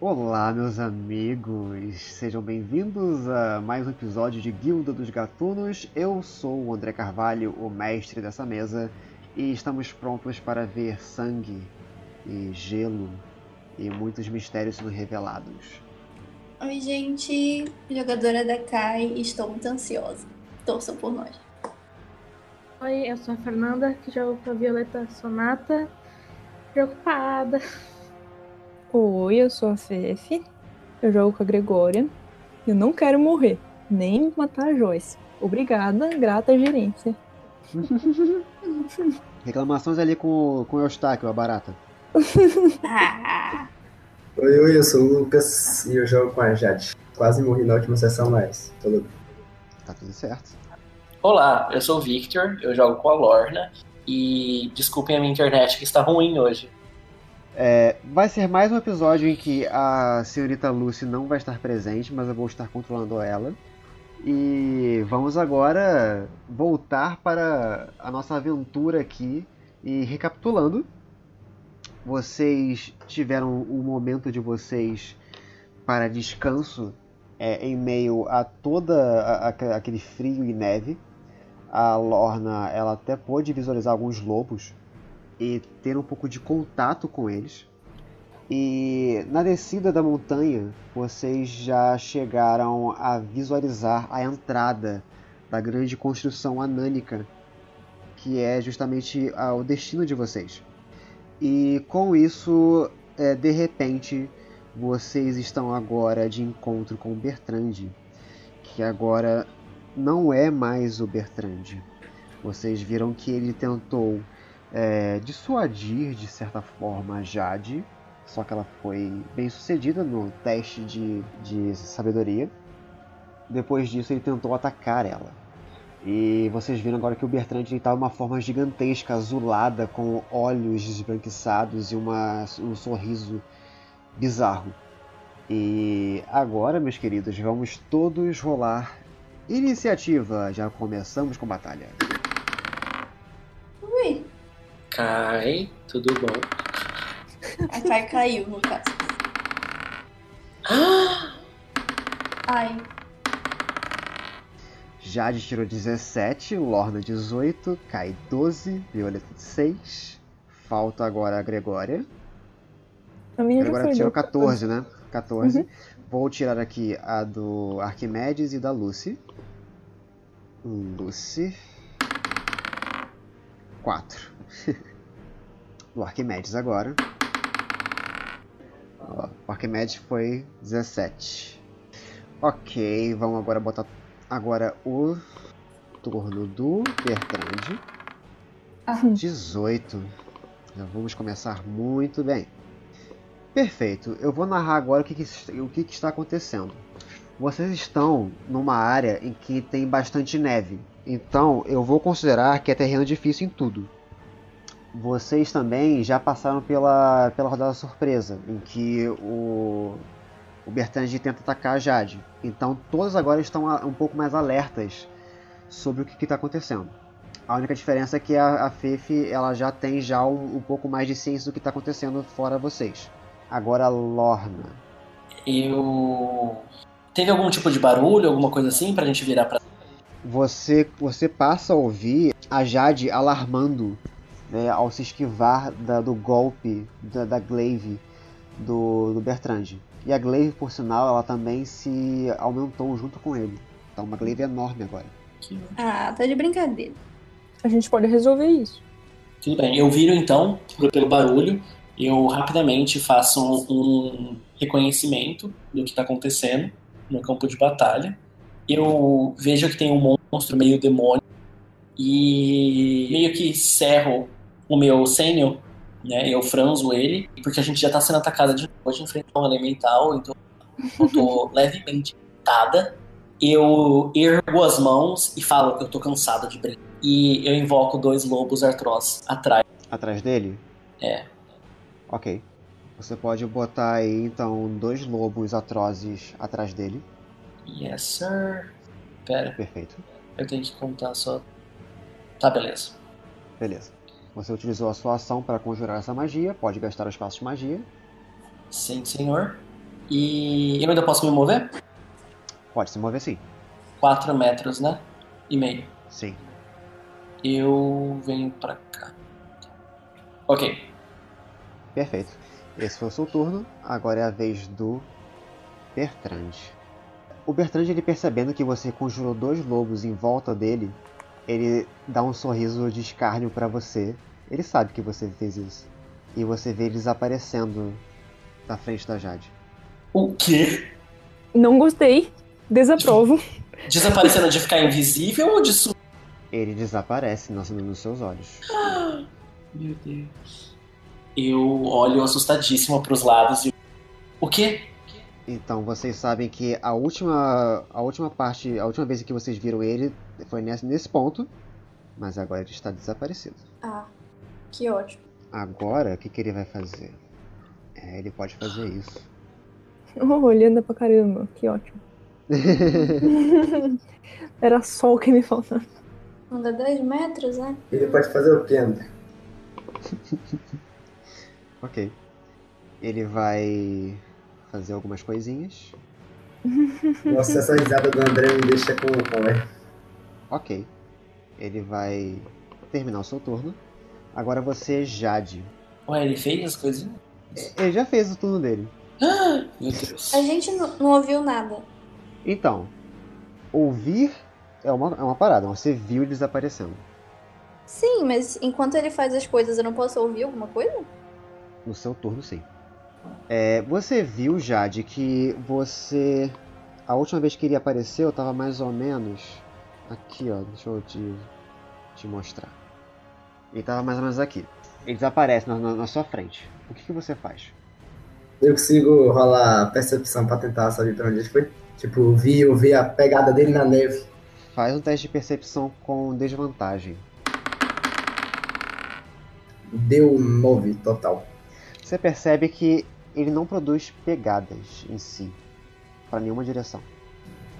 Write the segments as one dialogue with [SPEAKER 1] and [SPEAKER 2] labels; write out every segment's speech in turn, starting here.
[SPEAKER 1] Olá, meus amigos! Sejam bem-vindos a mais um episódio de Guilda dos Gatunos. Eu sou o André Carvalho, o mestre dessa mesa, e estamos prontos para ver sangue e gelo e muitos mistérios sendo revelados.
[SPEAKER 2] Oi, gente, jogadora da Kai, estou muito ansiosa. Torçam por nós.
[SPEAKER 3] Oi, eu sou a Fernanda, que jogo com a Violeta Sonata. Preocupada.
[SPEAKER 4] Oi, eu sou a Fefe. Eu jogo com a Gregória. Eu não quero morrer, nem matar a Joyce. Obrigada, grata gerência.
[SPEAKER 1] Reclamações ali com, o- com o Eustáquio, a barata.
[SPEAKER 2] Ah,
[SPEAKER 5] Oi, oi, eu sou o Lucas e eu jogo com a Jade. Quase morri na última sessão, mas tô louco.
[SPEAKER 1] Tá tudo certo.
[SPEAKER 6] Olá, eu sou o Victor, eu jogo com a Lorna e desculpem a minha internet que está ruim hoje.
[SPEAKER 1] É, vai ser mais um episódio em que a senhorita Lucy não vai estar presente, mas eu vou estar controlando ela. E vamos agora voltar para a nossa aventura aqui. E recapitulando, vocês tiveram o momento de vocês para descanso é, em meio a toda a- a- aquele frio e neve. A Lorna ela até pôde visualizar alguns lobos e ter um pouco de contato com eles. E na descida da montanha, vocês já chegaram a visualizar a entrada da grande construção anânica, que é justamente ah, o destino de vocês. E com isso, eh, de repente, vocês estão agora de encontro com o Bertrand, que agora não é mais o Bertrand. Vocês viram que ele tentou é, dissuadir de certa forma a Jade, só que ela foi bem sucedida no teste de, de sabedoria. Depois disso, ele tentou atacar ela. E vocês viram agora que o Bertrand ele tá uma forma gigantesca, azulada, com olhos desbranquiçados e uma, um sorriso bizarro. E agora, meus queridos, vamos todos rolar iniciativa. Já começamos com batalha.
[SPEAKER 2] ui,
[SPEAKER 6] Cai, tudo bom.
[SPEAKER 2] a Kai caiu, no caso.
[SPEAKER 6] Ah,
[SPEAKER 2] Ai,
[SPEAKER 1] Jade tirou 17, Lorna 18, Kai 12, Violeta 6. Falta agora a Gregória.
[SPEAKER 4] A minha já
[SPEAKER 1] Gregória
[SPEAKER 4] foi.
[SPEAKER 1] tirou
[SPEAKER 4] né? Uhum.
[SPEAKER 1] 14, né? 14. Vou tirar aqui a do Arquimedes e da Lucy. Um, Lucy. 4. do Arquimedes agora. Ó, o Arquimedes foi 17. Ok, vamos agora botar agora o turno do Bertrand.
[SPEAKER 2] Ah.
[SPEAKER 1] 18. Já vamos começar muito bem. Perfeito. Eu vou narrar agora o que, que es- o que que está acontecendo. Vocês estão numa área em que tem bastante neve. Então eu vou considerar que é terreno difícil em tudo. Vocês também já passaram pela, pela rodada surpresa, em que o, o Bertrand tenta atacar a Jade. Então todos agora estão a- um pouco mais alertas sobre o que está acontecendo. A única diferença é que a, a Fefe ela já tem já um, um pouco mais de ciência do que está acontecendo fora vocês. Agora Lorna.
[SPEAKER 6] eu. Teve algum tipo de barulho, alguma coisa assim pra gente virar pra.
[SPEAKER 1] você você passa a ouvir a Jade alarmando né, ao se esquivar da- do golpe da, da Glaive do, do Bertrand. E a Glaive, por sinal, ela também se aumentou junto com ele. Tá uma Glaive enorme agora.
[SPEAKER 2] ah, tá de brincadeira.
[SPEAKER 4] A gente pode resolver isso.
[SPEAKER 6] Tudo bem, eu viro então, por- pelo barulho, eu rapidamente faço um, um reconhecimento do que tá acontecendo no campo de batalha. Eu vejo que tem um monstro meio demônio e meio que cerro o meu sênior, né? Eu franzo ele, porque a gente já tá sendo atacada de novo, enfrentar um elemental, então eu tô levemente irritada. Eu ergo as mãos e falo que eu tô cansada de brigar. E eu invoco dois lobos artrós atrás.
[SPEAKER 1] Atrás dele?
[SPEAKER 6] É.
[SPEAKER 1] Ok. Você pode botar aí, então, dois lobos atrozes atrás dele.
[SPEAKER 6] Yes, sir. Pera,
[SPEAKER 1] Perfeito.
[SPEAKER 6] eu tenho que contar só. Tá, beleza.
[SPEAKER 1] Beleza. Você utilizou a sua ação para conjurar essa magia. Pode gastar os passos de magia.
[SPEAKER 6] Sim, senhor. E eu ainda posso me mover?
[SPEAKER 1] Pode se mover sim.
[SPEAKER 6] 4 metros, né? E meio.
[SPEAKER 1] Sim.
[SPEAKER 6] Eu venho pra cá. Ok.
[SPEAKER 1] Perfeito. Esse foi o seu turno. Agora é a vez do Bertrand. O Bertrand, ele percebendo que você conjurou dois lobos em volta dele, ele dá um sorriso de escárnio pra você. Ele sabe que você fez isso. E você vê ele desaparecendo da frente da Jade.
[SPEAKER 6] O quê?
[SPEAKER 4] Não gostei. Desaprovo.
[SPEAKER 6] Desaparecendo de ficar invisível ou de su...
[SPEAKER 1] Ele desaparece nos, nos seus olhos.
[SPEAKER 6] Meu Deus. Eu olho assustadíssimo pros lados e. O quê?
[SPEAKER 1] Então vocês sabem que a última, a última parte, a última vez que vocês viram ele foi nesse, nesse ponto, mas agora ele está desaparecido.
[SPEAKER 2] Ah, que ótimo.
[SPEAKER 1] Agora o que, que ele vai fazer? É, ele pode fazer isso.
[SPEAKER 4] Oh, olhando pra caramba. Que ótimo. Era só o que me faltava.
[SPEAKER 2] Anda 10 metros, né?
[SPEAKER 5] Ele pode fazer o quê, André?
[SPEAKER 1] Ok. Ele vai fazer algumas coisinhas.
[SPEAKER 5] Nossa, essa risada do André me deixa com com- é.
[SPEAKER 1] Ok. Ele vai terminar o seu turno. Agora você, Jade.
[SPEAKER 6] Ué, ele fez as coisinhas?
[SPEAKER 1] Ele já fez o turno dele.
[SPEAKER 6] Ah, Meu Deus.
[SPEAKER 2] A gente não, não ouviu nada.
[SPEAKER 1] Então, ouvir é uma, é uma parada. Você viu ele desaparecendo.
[SPEAKER 2] Sim, mas enquanto ele faz as coisas, eu não posso ouvir alguma coisa?
[SPEAKER 1] No seu turno, sim. É, você viu, Jade, que você. A última vez que ele apareceu tava mais ou menos. Aqui, ó. Deixa eu te, te mostrar. Ele tava mais ou menos aqui. Ele desaparece na, na- na sua frente. O que, que você faz?
[SPEAKER 5] Eu consigo rolar percepção pra tentar saber pra onde ele foi? Tipo, vi, eu vi a pegada dele na neve.
[SPEAKER 1] Faz um teste de percepção com desvantagem.
[SPEAKER 5] Deu 9 total.
[SPEAKER 1] Você percebe que ele não produz pegadas em si. Pra nenhuma direção.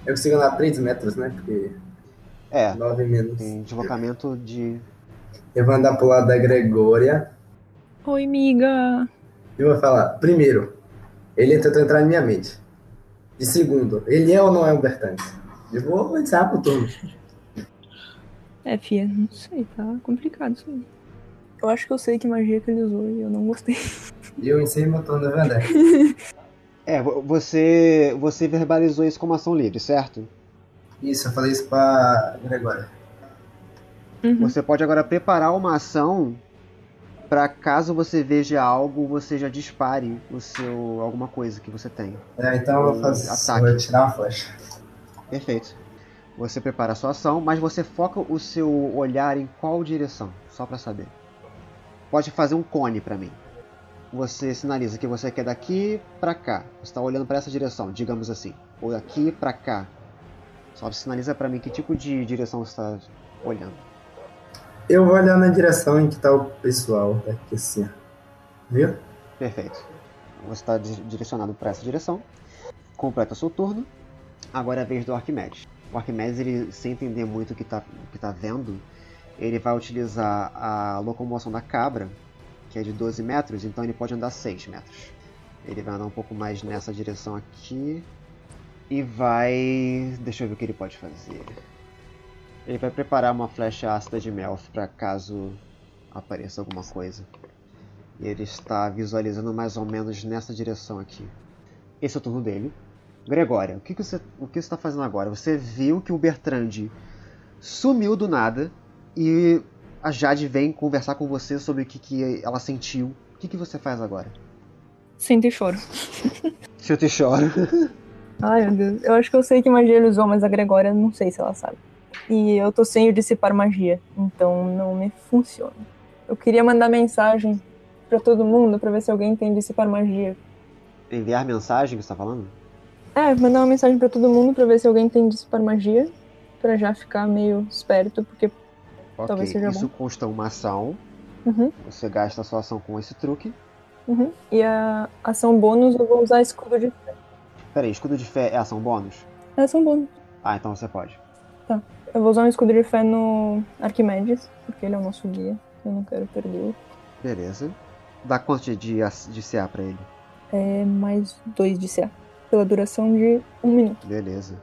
[SPEAKER 5] Eu consigo andar 3 metros, né? Porque
[SPEAKER 1] É,
[SPEAKER 5] 9 menos.
[SPEAKER 1] tem deslocamento de.
[SPEAKER 5] Eu vou andar pro lado da Gregória
[SPEAKER 4] Oi, miga.
[SPEAKER 5] e vou falar: primeiro, ele é tentou entrar na minha mente. E segundo, ele é ou não é um Bertante? Eu vou encerrar pro turno.
[SPEAKER 4] É, fia, não sei, tá complicado isso aí. Eu acho que eu sei que magia que ele usou e eu não gostei.
[SPEAKER 5] E eu encerro meu turno, né, André?
[SPEAKER 1] É, vo- você. Você verbalizou isso como ação livre, certo?
[SPEAKER 5] Isso, eu falei isso pra Gregória.
[SPEAKER 4] Uhum.
[SPEAKER 1] Você pode agora preparar uma ação para caso você veja algo, você já dispare o seu alguma coisa que você tem.
[SPEAKER 5] É, então eu vou fazer.
[SPEAKER 1] Ataque.
[SPEAKER 5] Vou tirar uma flecha.
[SPEAKER 1] Perfeito. Você prepara a sua ação, mas você foca o seu olhar em qual direção, só para saber. Pode fazer um cone para mim. Você sinaliza que você quer daqui para cá. Você está olhando para essa direção, digamos assim, ou daqui para cá. Só sinaliza para mim que tipo de direção você está olhando.
[SPEAKER 5] Eu vou olhar na direção em que tá o pessoal. Tá aqui assim, ó. Viu?
[SPEAKER 1] Perfeito. Você está direcionado para essa direção. Completa seu turno. Agora é a vez do Arquimedes. O Arquimedes, ele, sem entender muito o que está tá vendo, ele vai utilizar a locomoção da cabra, que é de 12 metros, então ele pode andar 6 metros. Ele vai andar um pouco mais nessa direção aqui. E vai. Deixa eu ver o que ele pode fazer. Ele vai preparar uma flecha ácida de Melf para caso apareça alguma coisa. E ele está visualizando mais ou menos nessa direção aqui. Esse é o turno dele. Gregória, o que, que você o que você está fazendo agora? Você viu que o Bertrand sumiu do nada e a Jade vem conversar com você sobre o que, que ela sentiu. O que, que você faz agora?
[SPEAKER 4] Sinto e choro.
[SPEAKER 1] Se eu te choro.
[SPEAKER 4] Ai, meu Deus. Eu acho que eu sei que magia ele usou, mas a Gregória eu não sei se ela sabe. E eu tô sem o dissipar magia, então não me funciona. Eu queria mandar mensagem pra todo mundo pra ver se alguém tem dissipar magia.
[SPEAKER 1] Enviar mensagem que você está falando?
[SPEAKER 4] É, mandar uma mensagem pra todo mundo pra ver se alguém tem dissipar magia, pra já ficar meio esperto, porque
[SPEAKER 1] Ok,
[SPEAKER 4] Talvez seja
[SPEAKER 1] isso custa uma ação.
[SPEAKER 4] Uhum.
[SPEAKER 1] Você gasta a sua ação com esse truque.
[SPEAKER 4] Uhum. E a ação bônus eu vou usar escudo de.
[SPEAKER 1] Peraí, escudo de fé é ação bônus?
[SPEAKER 4] É ação bônus.
[SPEAKER 1] Ah, então você pode.
[SPEAKER 4] Eu vou usar um escudo de fé no Arquimedes, porque ele é o nosso guia. Eu não quero perdê-lo.
[SPEAKER 1] Beleza. Dá quanto de, de, de CA pra ele?
[SPEAKER 4] É mais dois de CA. pela duração de um minuto.
[SPEAKER 1] Beleza.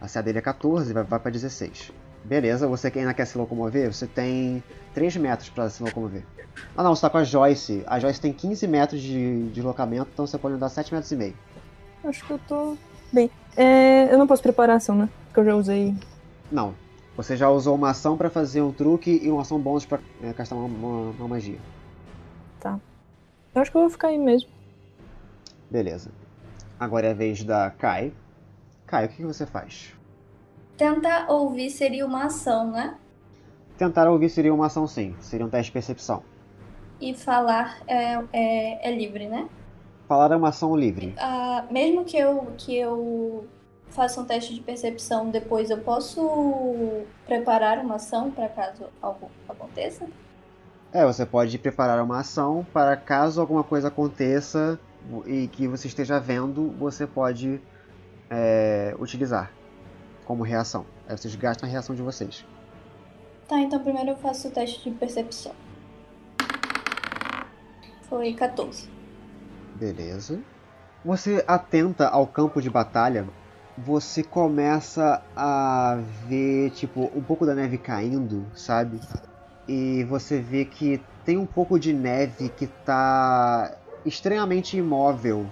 [SPEAKER 1] A CA dele é 14, vai, vai pra 16. Beleza, você que ainda quer se locomover, você tem 3 metros pra se locomover. Ah não, você tá com a Joyce. A Joyce tem 15 metros de deslocamento, então você pode andar 7 metros e meio.
[SPEAKER 4] Acho que eu tô bem. É, eu não posso preparar ação, né? Porque eu já usei.
[SPEAKER 1] Não. Você já usou uma ação pra fazer um truque e uma ação bônus pra é, castar uma, uma- uma magia.
[SPEAKER 4] Eu acho que eu vou ficar aí mesmo.
[SPEAKER 1] Beleza. Agora é a vez da Kai. Kai, o que que você faz?
[SPEAKER 2] Tentar ouvir seria uma ação, né?
[SPEAKER 1] Tentar ouvir seria uma ação sim, seria um teste de percepção.
[SPEAKER 2] E falar é, é, é livre, né?
[SPEAKER 1] Falar é uma ação livre.
[SPEAKER 2] Ah, mesmo que eu, que eu faça um teste de percepção depois, eu posso preparar uma ação para caso algo aconteça?
[SPEAKER 1] É, você pode preparar uma ação para caso alguma coisa aconteça e que você esteja vendo, você pode é, utilizar como reação. Aí vocês gastam a reação de vocês.
[SPEAKER 2] Tá, então primeiro eu faço o teste de percepção. Foi 14.
[SPEAKER 1] Beleza. Você atenta ao campo de batalha, você começa a ver, tipo, um pouco da neve caindo, sabe? E você vê que tem um pouco de neve que tá estranhamente imóvel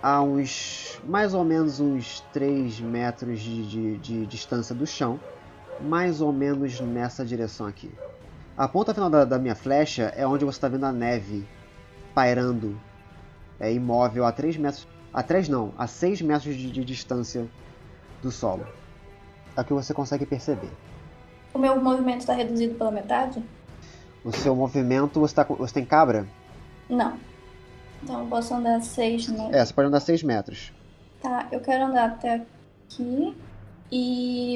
[SPEAKER 1] a uns mais ou menos uns 3 metros de, de- de distância do chão, mais ou menos nessa direção aqui. A ponta final da, da minha flecha é onde você tá vendo a neve pairando é imóvel a 3 metros. A 3 não, a 6 metros de, de distância do solo. É o que você consegue perceber.
[SPEAKER 2] O meu movimento tá reduzido pela metade?
[SPEAKER 1] O seu movimento, você, tá, com- você tem cabra?
[SPEAKER 2] Não. Então eu posso andar 6, né?
[SPEAKER 1] É, você pode andar 6 metros.
[SPEAKER 2] Tá, eu quero andar até aqui. E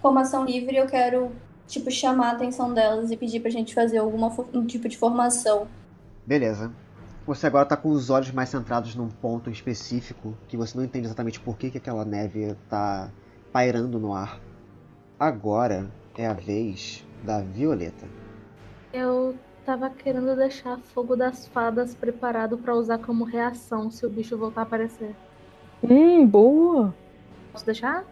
[SPEAKER 2] como ação livre, eu quero, tipo, chamar a atenção delas e pedir pra gente fazer alguma fo- um tipo de formação.
[SPEAKER 1] Beleza. Você agora tá com os olhos mais centrados num ponto específico que você não entende exatamente por que, que aquela neve tá pairando no ar. Agora é a vez da Violeta.
[SPEAKER 3] Eu tava querendo deixar fogo das fadas preparado pra usar como reação se o bicho voltar a aparecer.
[SPEAKER 4] Hum, boa!
[SPEAKER 3] Posso deixar?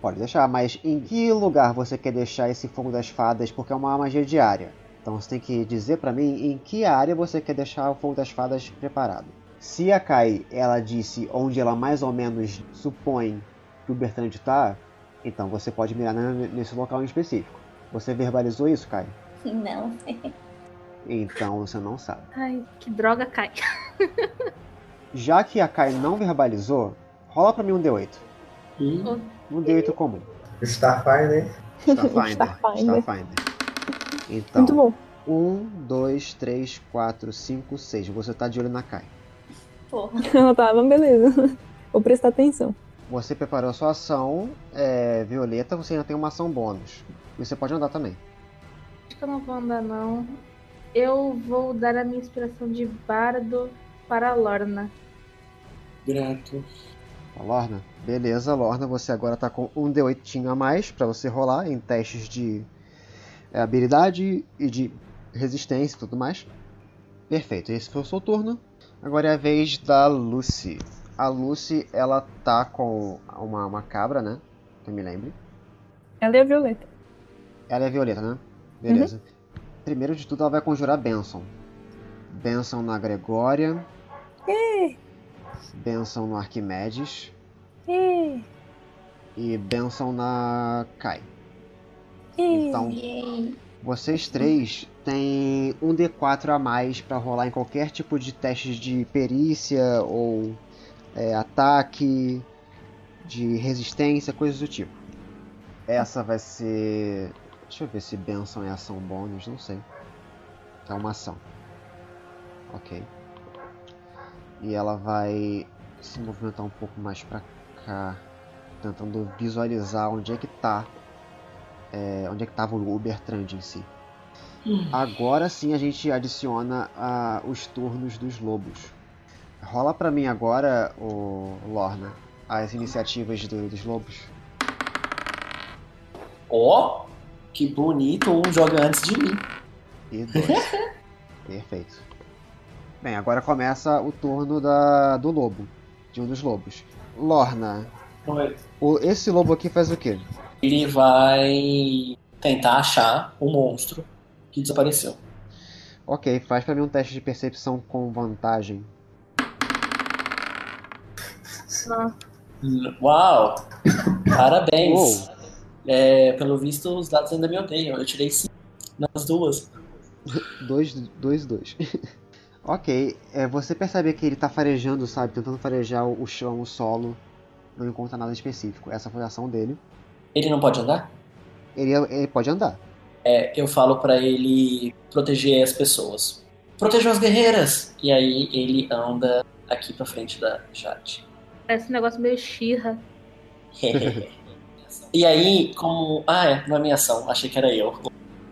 [SPEAKER 1] Pode deixar, mas em que lugar você quer deixar esse fogo das fadas? Porque é uma magia diária. Então você tem que dizer pra mim em que área você quer deixar o fogo das fadas preparado. Se a Kai ela disse onde ela mais ou menos supõe que o Bertrand tá, então você pode mirar ne- nesse local em específico. Você verbalizou isso, Kai?
[SPEAKER 2] Não. é
[SPEAKER 1] Então você não sabe.
[SPEAKER 3] Ai, que droga, cai.
[SPEAKER 1] Já que a Kai não verbalizou, rola pra mim um D8.
[SPEAKER 6] Hum,
[SPEAKER 1] Um D8 comum.
[SPEAKER 5] Starfinder.
[SPEAKER 1] Starfinder.
[SPEAKER 4] Starfinder.
[SPEAKER 1] Starfinder. Então,
[SPEAKER 4] Muito bom.
[SPEAKER 1] 1, 2, 3, 4, 5, 6. Você tá de olho na Kai.
[SPEAKER 2] Porra.
[SPEAKER 4] Ela tava, beleza. Vou prestar atenção.
[SPEAKER 1] Você preparou a sua ação, é, Violeta, você ainda tem uma ação bônus. E você pode andar também.
[SPEAKER 3] Acho que eu não vou andar, não. Eu vou dar a minha inspiração de bardo para a Lorna.
[SPEAKER 6] grato.
[SPEAKER 1] Tá, Lorna? Beleza, Lorna, você agora tá com um D8 a mais pra você rolar em testes de é, habilidade e de resistência e tudo mais. Perfeito, esse foi o seu turno. Agora é a vez da Lucy. A Lucy, ela tá com uma, uma cabra, né? Que eu me lembre.
[SPEAKER 4] Ela é a Violeta.
[SPEAKER 1] Ela é violeta, né? Beleza. Primeiro de tudo, ela vai conjurar Benson. Benson na Gregória. Benson no Arquimedes.
[SPEAKER 4] Ih,
[SPEAKER 1] E Benson na Kai.
[SPEAKER 4] ih.
[SPEAKER 1] Então,
[SPEAKER 2] Yay.
[SPEAKER 1] vocês três têm um D4 a mais pra rolar em qualquer tipo de teste de perícia ou é, ataque, de resistência, coisas do tipo. Essa vai ser. Deixa eu ver se Benção é ação bônus, não sei. É uma ação. Ok. E ela vai se movimentar um pouco mais pra cá, tentando visualizar onde é que tá. é, onde é que tava o Bertrand em si.
[SPEAKER 6] Hum.
[SPEAKER 1] Agora sim a gente adiciona ah, os turnos dos lobos. Rola pra mim agora, o Lorna, as iniciativas do- dos lobos.
[SPEAKER 6] Ó, que bonito, um joga antes de mim.
[SPEAKER 1] E dois. Perfeito. Bem, agora começa o turno da, do lobo. De um dos lobos. Lorna, o- esse lobo aqui faz o quê?
[SPEAKER 6] Ele vai tentar achar o monstro que desapareceu.
[SPEAKER 1] Ok, faz pra mim um teste de percepção com vantagem.
[SPEAKER 6] Hum, Uau! Parabéns!
[SPEAKER 1] Uou.
[SPEAKER 6] É, pelo visto, os dados ainda me odeiam. Eu tirei 5 nas duas.
[SPEAKER 1] Dois, dois, dois. ok, é, você percebe que ele tá farejando, sabe? Tentando farejar o chão, o solo. Não encontra nada específico. Essa foi a ação dele.
[SPEAKER 6] Ele não pode andar?
[SPEAKER 1] Ele, ele pode andar.
[SPEAKER 6] É, eu falo pra ele proteger as pessoas. Protejam as guerreiras! E aí ele anda aqui pra frente da Jade.
[SPEAKER 3] Parece um negócio meio xirra.
[SPEAKER 6] e aí, como. Ah, é, não é minha ação. Achei que era eu.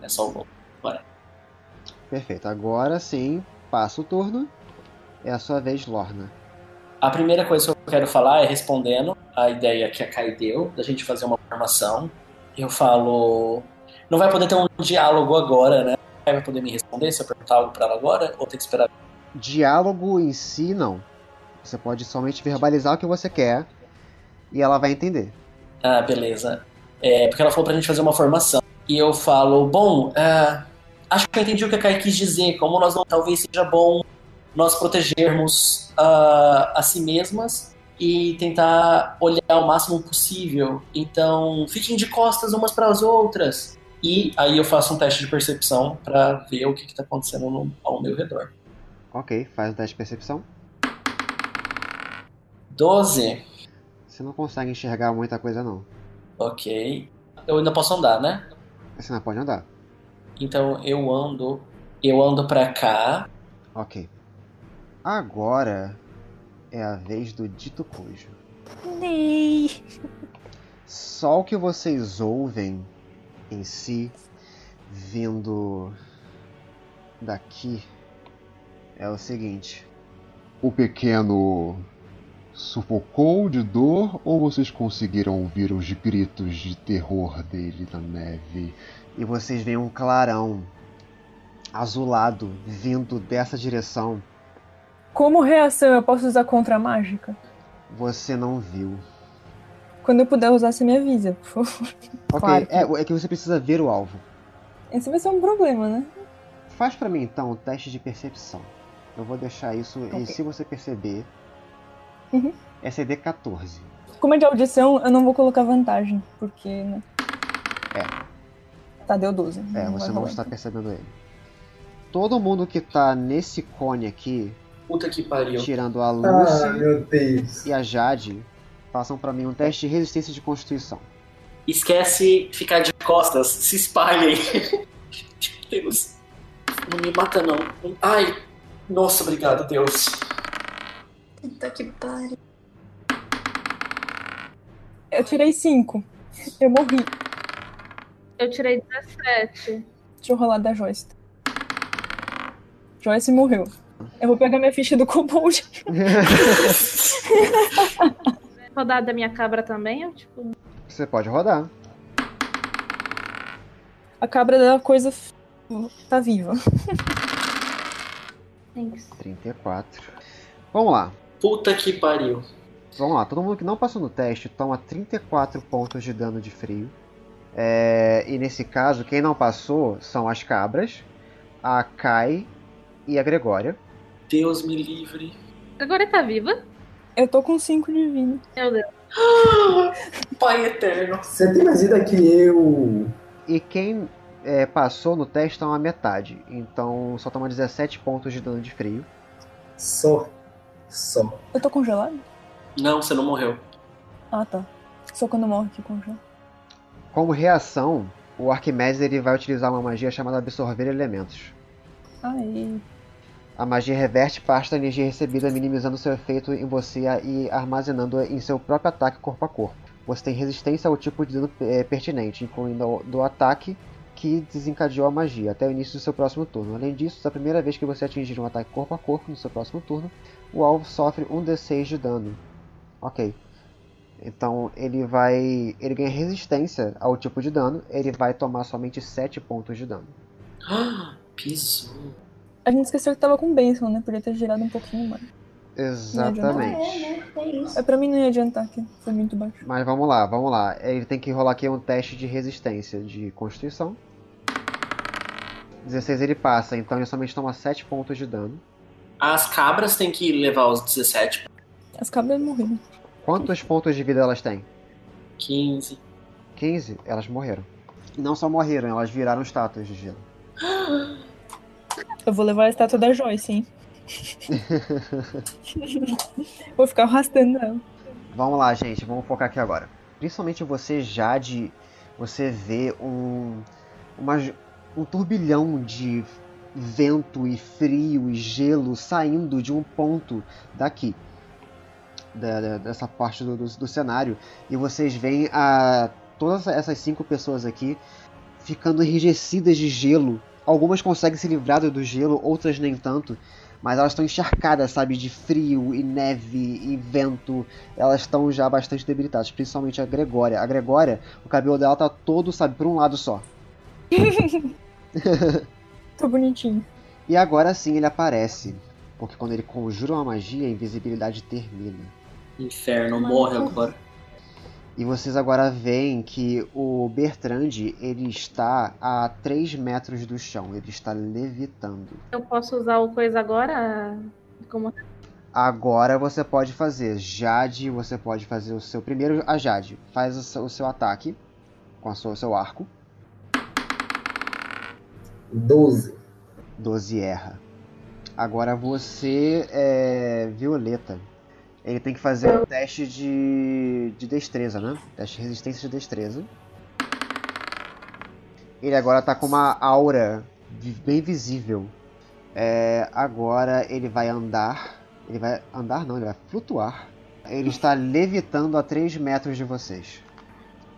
[SPEAKER 6] É só o gol.
[SPEAKER 1] Perfeito. Agora sim, passa o turno. É a sua vez, Lorna.
[SPEAKER 6] A primeira coisa que eu quero falar é respondendo a ideia que a Kai deu, da gente fazer uma formação. Eu falo. Não vai poder ter um diálogo agora, né? A Kai vai poder me responder se eu perguntar algo pra ela agora, ou tem que esperar.
[SPEAKER 1] Diálogo em si, não. Você pode somente verbalizar o que você quer e ela vai entender.
[SPEAKER 6] Ah, beleza. É, porque ela falou pra gente fazer uma formação. E eu falo, bom, ah, acho que eu entendi o que a Kai quis dizer. Como nós não, talvez seja bom nós protegermos ah, a si mesmas e tentar olhar o máximo possível. Então, fiquem de costas umas para as outras. E aí eu faço um teste de percepção pra ver o que, que tá acontecendo no- ao meu redor.
[SPEAKER 1] Ok, faz o teste de percepção.
[SPEAKER 6] 12,
[SPEAKER 1] Você não consegue enxergar muita coisa, não.
[SPEAKER 6] ok. Eu ainda posso andar, né?
[SPEAKER 1] Você não pode andar.
[SPEAKER 6] Então eu ando, eu ando pra cá.
[SPEAKER 1] Ok. Agora é a vez do dito cujo.
[SPEAKER 7] Ney.
[SPEAKER 1] Só o que vocês ouvem em si, vindo daqui, é o seguinte:
[SPEAKER 8] O pequeno sufocou de dor ou vocês conseguiram ouvir os gritos de terror dele na neve?
[SPEAKER 1] e vocês veem um clarão azulado vindo dessa direção.
[SPEAKER 4] Como reação, eu posso usar contra a mágica?
[SPEAKER 1] Você não viu.
[SPEAKER 4] Quando eu puder usar, você me avisa, por favor.
[SPEAKER 1] Ok,
[SPEAKER 4] Claro que-
[SPEAKER 1] é, é que você precisa ver o alvo.
[SPEAKER 4] Esse vai ser um problema, né?
[SPEAKER 1] Faz pra mim então o teste de percepção. Eu vou deixar isso e
[SPEAKER 4] Ok.
[SPEAKER 1] se você perceber.
[SPEAKER 4] Uhum.
[SPEAKER 1] É CD 14.
[SPEAKER 4] Como é de audição, eu não vou colocar vantagem, porque, né? É. Tá, deu 12.
[SPEAKER 1] É,
[SPEAKER 4] vai então.
[SPEAKER 1] você não
[SPEAKER 4] rolar.
[SPEAKER 1] está percebendo ele. Todo mundo que tá nesse cone aqui,
[SPEAKER 6] Puta que pariu.
[SPEAKER 1] tirando a
[SPEAKER 5] Ah,
[SPEAKER 1] Lucy
[SPEAKER 5] meu Deus.
[SPEAKER 1] e a Jade, façam pra mim um teste de resistência de constituição.
[SPEAKER 6] Esquece ficar de costas, se espalhem. Tipo, Deus, não me mata não. Ai, nossa, obrigado, Deus.
[SPEAKER 2] Puta que pariu.
[SPEAKER 4] Eu tirei 5. Eu morri.
[SPEAKER 3] Eu tirei 17.
[SPEAKER 4] Deixa eu rolar da Joyce. Joyce morreu. Eu vou pegar minha ficha do Kobold.
[SPEAKER 3] Rodada da minha cabra também, eu tipo.
[SPEAKER 1] Você pode rodar.
[SPEAKER 4] A cabra da coisa f- tá viva.
[SPEAKER 3] Thanks.
[SPEAKER 1] 34. Vamos lá.
[SPEAKER 6] Puta que pariu.
[SPEAKER 1] Vamos lá, todo mundo que não passou no teste toma 34 pontos de dano de frio. É, e nesse caso, quem não passou são as cabras, a Kai e a Gregória.
[SPEAKER 6] Deus me livre.
[SPEAKER 3] Agora tá viva?
[SPEAKER 4] Eu tô com 5 de vida.
[SPEAKER 3] Meu Deus.
[SPEAKER 6] Pai eterno.
[SPEAKER 5] Você tem mais vida que eu.
[SPEAKER 1] E quem é, passou no teste toma metade. Então só toma 17 pontos de dano de frio.
[SPEAKER 5] Só. Só.
[SPEAKER 4] Eu tô congelado?
[SPEAKER 6] Não, você não morreu.
[SPEAKER 4] Ah, tá. Só quando morre que congela.
[SPEAKER 1] Como reação, o Arquimedes ele vai utilizar uma magia chamada Absorver Elementos.
[SPEAKER 4] Ai.
[SPEAKER 1] A magia reverte parte da energia recebida, minimizando seu efeito em você e armazenando-a em seu próprio ataque corpo a corpo. Você tem resistência ao tipo de dano eh, pertinente, incluindo o do ataque que desencadeou a magia, até o início do seu próximo turno. Além disso, da primeira vez que você atingir um ataque corpo a corpo no seu próximo turno, o alvo sofre um D6 de dano. Ok. Então ele vai. ele ganha resistência ao tipo de dano, ele vai tomar somente 7 pontos de dano.
[SPEAKER 6] Ah, pisou.
[SPEAKER 4] A gente esqueceu que tava com bênção, né? Podia ter girado um pouquinho mais.
[SPEAKER 1] Exatamente.
[SPEAKER 2] Ah, é, né? É isso.
[SPEAKER 4] É, pra mim não ia adiantar, que foi muito baixo.
[SPEAKER 1] Mas vamos lá, vamos lá. Ele tem que rolar aqui um teste de resistência de constituição. 16 ele passa, então ele somente toma 7 pontos de dano.
[SPEAKER 6] As cabras têm que levar os 17,
[SPEAKER 4] As cabras morreram.
[SPEAKER 1] Quantos pontos de vida elas têm?
[SPEAKER 6] 15.
[SPEAKER 1] 15? Elas morreram. E não só morreram, elas viraram estátuas de gelo.
[SPEAKER 4] Eu vou levar a estátua da Joyce, hein? vou ficar arrastando ela.
[SPEAKER 1] Vamos lá, gente, vamos focar aqui agora. Principalmente você, Jade, você vê um, uma j- um turbilhão de vento e frio e gelo saindo de um ponto daqui, da- da- dessa parte do, do, do cenário, e vocês veem a, todas essas cinco pessoas aqui ficando enrijecidas de gelo. Algumas conseguem se livrar do- do gelo, outras nem tanto, mas elas estão encharcadas, sabe, de frio e neve e vento elas estão já bastante debilitadas, principalmente a Gregória. A Gregória, o cabelo dela tá todo, sabe, por um lado só.
[SPEAKER 4] Tô bonitinho.
[SPEAKER 1] E agora sim ele aparece, porque quando ele conjura uma magia, a invisibilidade termina.
[SPEAKER 6] Inferno, morre agora.
[SPEAKER 1] E vocês agora veem que o Bertrand, ele está a 3 metros do chão, ele está levitando.
[SPEAKER 3] Eu posso usar o coisa agora? Como...
[SPEAKER 1] Agora você pode fazer, Jade, você pode fazer o seu primeiro, a Jade, faz o seu, o seu ataque com a sua- o seu arco,
[SPEAKER 5] 12.
[SPEAKER 1] 12 erra. Agora você é Violeta. Ele tem que fazer um teste de, de destreza, né? Teste de resistência de destreza. Ele agora tá com uma aura vi- bem visível. É, agora ele vai andar. Ele vai andar, não, ele vai flutuar. Ele está levitando a 3 metros de vocês.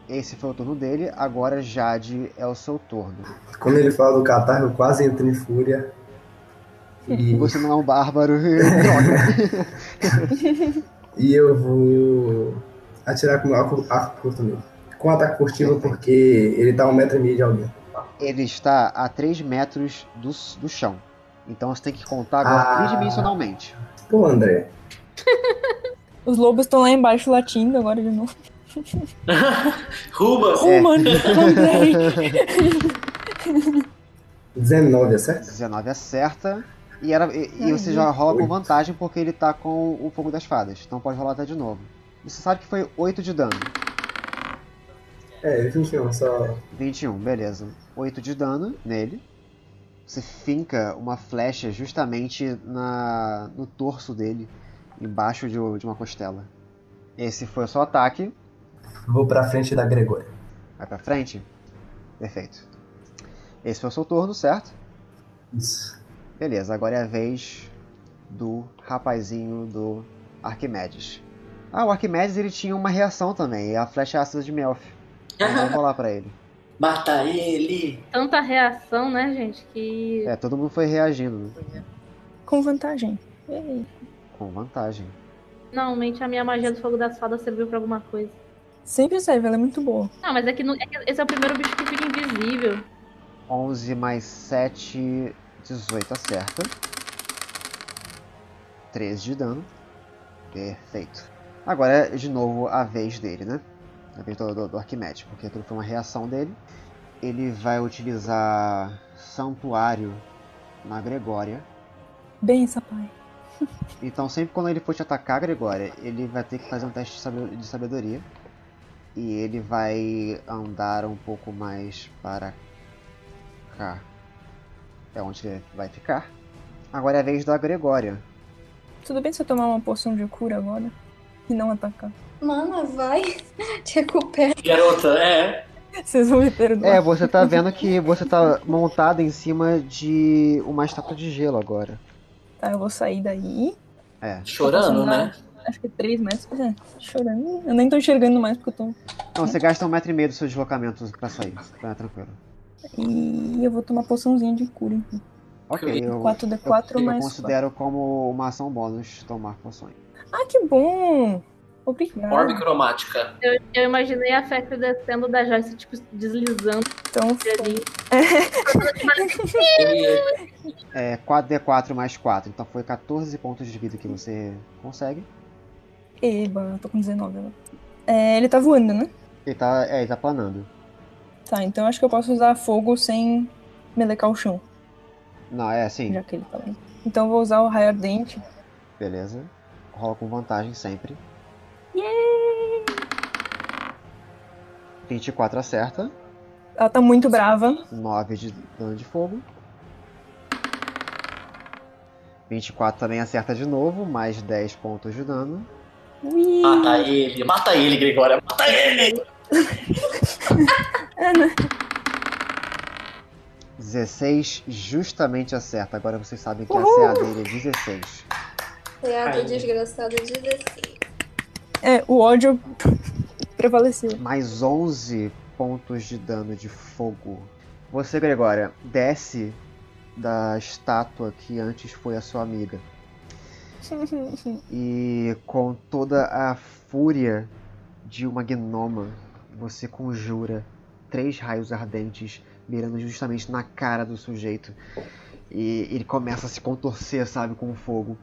[SPEAKER 1] Esse foi o turno dele. Agora Jade é o seu turno.
[SPEAKER 5] Quando ele fala do catarro, eu quase entrei em fúria. E,
[SPEAKER 1] Você não é um bárbaro. Droga.
[SPEAKER 5] e eu vou atirar com o arco, arco curto nele. Com ataque furtivo, porque ele tá a um metro e meio de alguém.
[SPEAKER 1] ele está a 3 metros do, s- do chão. Então você tem que contar agora
[SPEAKER 5] Ah.
[SPEAKER 1] tridimensionalmente.
[SPEAKER 5] Pô, André,
[SPEAKER 4] Os lobos estão lá embaixo latindo agora de novo.
[SPEAKER 6] Rubas!
[SPEAKER 1] É.
[SPEAKER 4] Oh, mano, Andrei!
[SPEAKER 5] 19, acerta?
[SPEAKER 1] 19 É, acerta. E, era, e, e você já rola com vantagem porque ele tá com o fogo das fadas. Então pode rolar até de novo. Você sabe que foi 8 de dano.
[SPEAKER 5] É, 21, só.
[SPEAKER 1] 21, beleza. 8 de dano nele. Você finca uma flecha justamente na, no torso dele, embaixo de, o- de uma costela. Esse foi o seu ataque.
[SPEAKER 5] Vou pra frente da Gregória.
[SPEAKER 1] Vai pra frente. Perfeito. Esse foi o seu turno, certo?
[SPEAKER 5] Isso.
[SPEAKER 1] Beleza, agora é a vez do rapazinho do Arquimedes. Ah, o Arquimedes ele tinha uma reação também, e a flecha é ácida de Melf. Então vamos rolar pra ele.
[SPEAKER 6] Mata ele!
[SPEAKER 3] Tanta reação, né, gente? Que.
[SPEAKER 1] É, todo mundo foi reagindo né?
[SPEAKER 4] Com vantagem. Ei.
[SPEAKER 1] com vantagem.
[SPEAKER 3] Finalmente a minha magia do fogo das fadas serviu pra alguma coisa.
[SPEAKER 4] Sempre serve, ela é muito boa.
[SPEAKER 3] Não, mas é que, não- é que esse é o primeiro bicho que fica invisível.
[SPEAKER 1] 11 mais tá 7, 18 acerta. 13 de dano. Perfeito. Agora é de novo a vez dele, né? A vez do, do, do Arquimedes, porque aquilo foi uma reação dele. Ele vai utilizar Santuário na Gregória.
[SPEAKER 4] Bem, pai.
[SPEAKER 1] Então sempre quando ele for te atacar, Gregória, ele vai ter que fazer um teste de sabe- de sabedoria. E ele vai andar um pouco mais para cá. É onde ele vai ficar. Agora é a vez da Gregória.
[SPEAKER 4] Tudo bem se eu tomar uma poção de cura agora? E não atacar.
[SPEAKER 2] Mana, vai. Te recupera.
[SPEAKER 6] Garota, é.
[SPEAKER 4] Vocês vão me perdoar.
[SPEAKER 1] É, você tá vendo que você tá montado em cima de uma estátua de gelo agora.
[SPEAKER 4] Tá, eu vou sair daí.
[SPEAKER 1] É.
[SPEAKER 6] Chorando, né?
[SPEAKER 4] Acho que três metros. Pois é, chorando. Eu nem tô enxergando mais porque eu tô.
[SPEAKER 1] Então você gasta um metro e meio do seu deslocamento pra sair. Tá tranquilo.
[SPEAKER 4] E eu vou tomar poçãozinha de cura. então.
[SPEAKER 1] Ok, eu,
[SPEAKER 4] 4D4
[SPEAKER 1] eu
[SPEAKER 4] mais.
[SPEAKER 1] considero como uma ação bônus tomar poções.
[SPEAKER 4] Ah, que bom! Obrigada.
[SPEAKER 6] Orbe cromática.
[SPEAKER 3] Eu, eu imaginei a Fecro descendo da Joyce, tipo, deslizando
[SPEAKER 4] Então,
[SPEAKER 3] ali.
[SPEAKER 6] Ele-
[SPEAKER 1] É 4D4 mais 4, então foi 14 pontos de vida que você consegue.
[SPEAKER 4] Eba, eu tô com 19 agora. É, ele tá voando, né?
[SPEAKER 1] Ele tá, é, ele tá planando.
[SPEAKER 4] Tá, então acho que eu posso usar fogo sem melecar o chão,
[SPEAKER 1] Não, é assim,
[SPEAKER 4] já que ele tá lá. Então eu vou usar o raio ardente.
[SPEAKER 1] beleza. Rola com vantagem sempre. 24 acerta,
[SPEAKER 4] Ela tá muito brava.
[SPEAKER 1] 9 de dano de fogo. 24 também acerta de novo, mais 10 pontos de dano.
[SPEAKER 4] Ui!
[SPEAKER 6] Mata ele, mata ele, Gregória, mata ele!
[SPEAKER 1] 16 justamente acerta. Agora vocês sabem que a CA dele é 16.
[SPEAKER 2] Teatro
[SPEAKER 6] Ai.
[SPEAKER 2] desgraçado de descer.
[SPEAKER 4] É, o ódio prevaleceu.
[SPEAKER 1] mais 11 pontos de dano de fogo. Você, Gregória, desce da estátua que antes foi a sua amiga. E com toda a fúria de uma gnoma, você conjura três raios ardentes mirando justamente na cara do sujeito. E ele começa a se contorcer, sabe, com o fogo.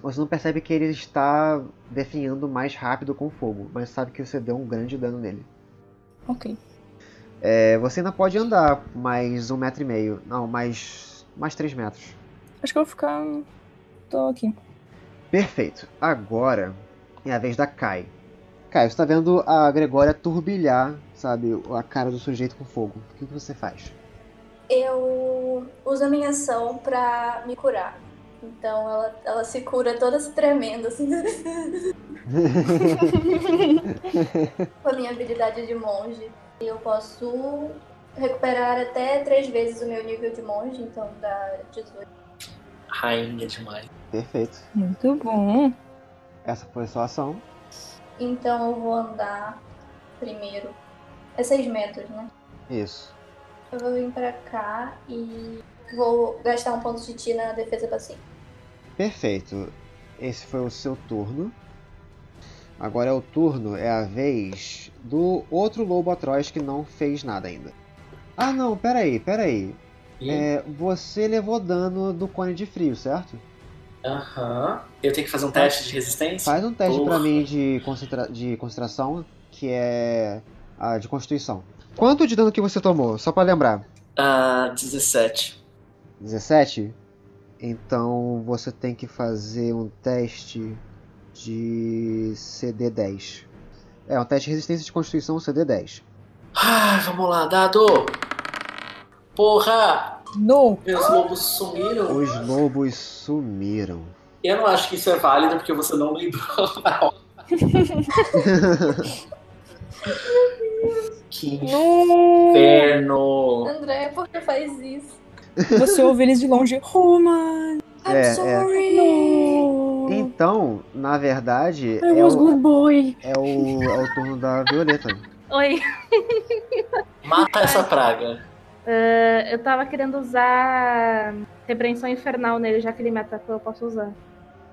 [SPEAKER 1] Você não percebe que ele está definhando mais rápido com o fogo, mas sabe que você deu um grande dano nele.
[SPEAKER 4] Ok.
[SPEAKER 1] É, você ainda pode andar mais um metro e meio. Não, mais. mais três metros.
[SPEAKER 4] Acho que eu vou ficar. Tô aqui.
[SPEAKER 1] Perfeito. Agora é a vez da Kai. Kai, você tá vendo a Gregória turbilhar, sabe, a cara do sujeito com fogo. O que, que você faz?
[SPEAKER 2] Eu uso a minha ação pra me curar. Então ela, ela se cura toda se tremendo, assim. Com a minha habilidade de monge. E eu posso recuperar até três vezes o meu nível de monge, então dá 18.
[SPEAKER 6] Rainha demais.
[SPEAKER 1] Perfeito.
[SPEAKER 4] Muito bom.
[SPEAKER 1] Essa foi a sua ação.
[SPEAKER 2] Então eu vou andar primeiro. É 6 metros, né?
[SPEAKER 1] Isso.
[SPEAKER 2] Eu vou vir pra cá e vou gastar um ponto de ti na defesa passiva.
[SPEAKER 1] Perfeito. Esse foi o seu turno. Agora é o turno, é a vez do outro lobo atroz que não fez nada ainda. Ah não, peraí, peraí.
[SPEAKER 6] E-
[SPEAKER 1] É, você levou dano do cone de frio, certo?
[SPEAKER 6] Aham. Eu tenho que fazer um teste de resistência?
[SPEAKER 1] Faz um teste pra
[SPEAKER 6] Porra.
[SPEAKER 1] mim de, concentra de concentração, que é a de constituição. Quanto de dano que você tomou? Só pra lembrar.
[SPEAKER 6] Ah, 17.
[SPEAKER 1] 17? Então você tem que fazer um teste de CD10. É, um teste de resistência de constituição CD10.
[SPEAKER 6] Ah, vamos lá, dado! Porra!
[SPEAKER 4] No!
[SPEAKER 6] Meus
[SPEAKER 1] Ah!
[SPEAKER 6] lobos sumiram.
[SPEAKER 1] Os lobos sumiram.
[SPEAKER 6] Eu não acho que isso é válido porque você não lembrou. Não. 15. Inferno!
[SPEAKER 2] André, por que faz isso?
[SPEAKER 4] Você ouve eles de longe. Roma!
[SPEAKER 2] I'm
[SPEAKER 1] É, é.
[SPEAKER 2] sorry!
[SPEAKER 4] No!
[SPEAKER 1] Então, na verdade,
[SPEAKER 4] I
[SPEAKER 1] é
[SPEAKER 4] was
[SPEAKER 1] o,
[SPEAKER 4] good boy!
[SPEAKER 1] é, o, é o turno da Violeta.
[SPEAKER 3] Oi.
[SPEAKER 6] Mata essa praga.
[SPEAKER 3] Ah, eu tava querendo usar repreensão infernal nele, já que ele me atacou, eu posso usar.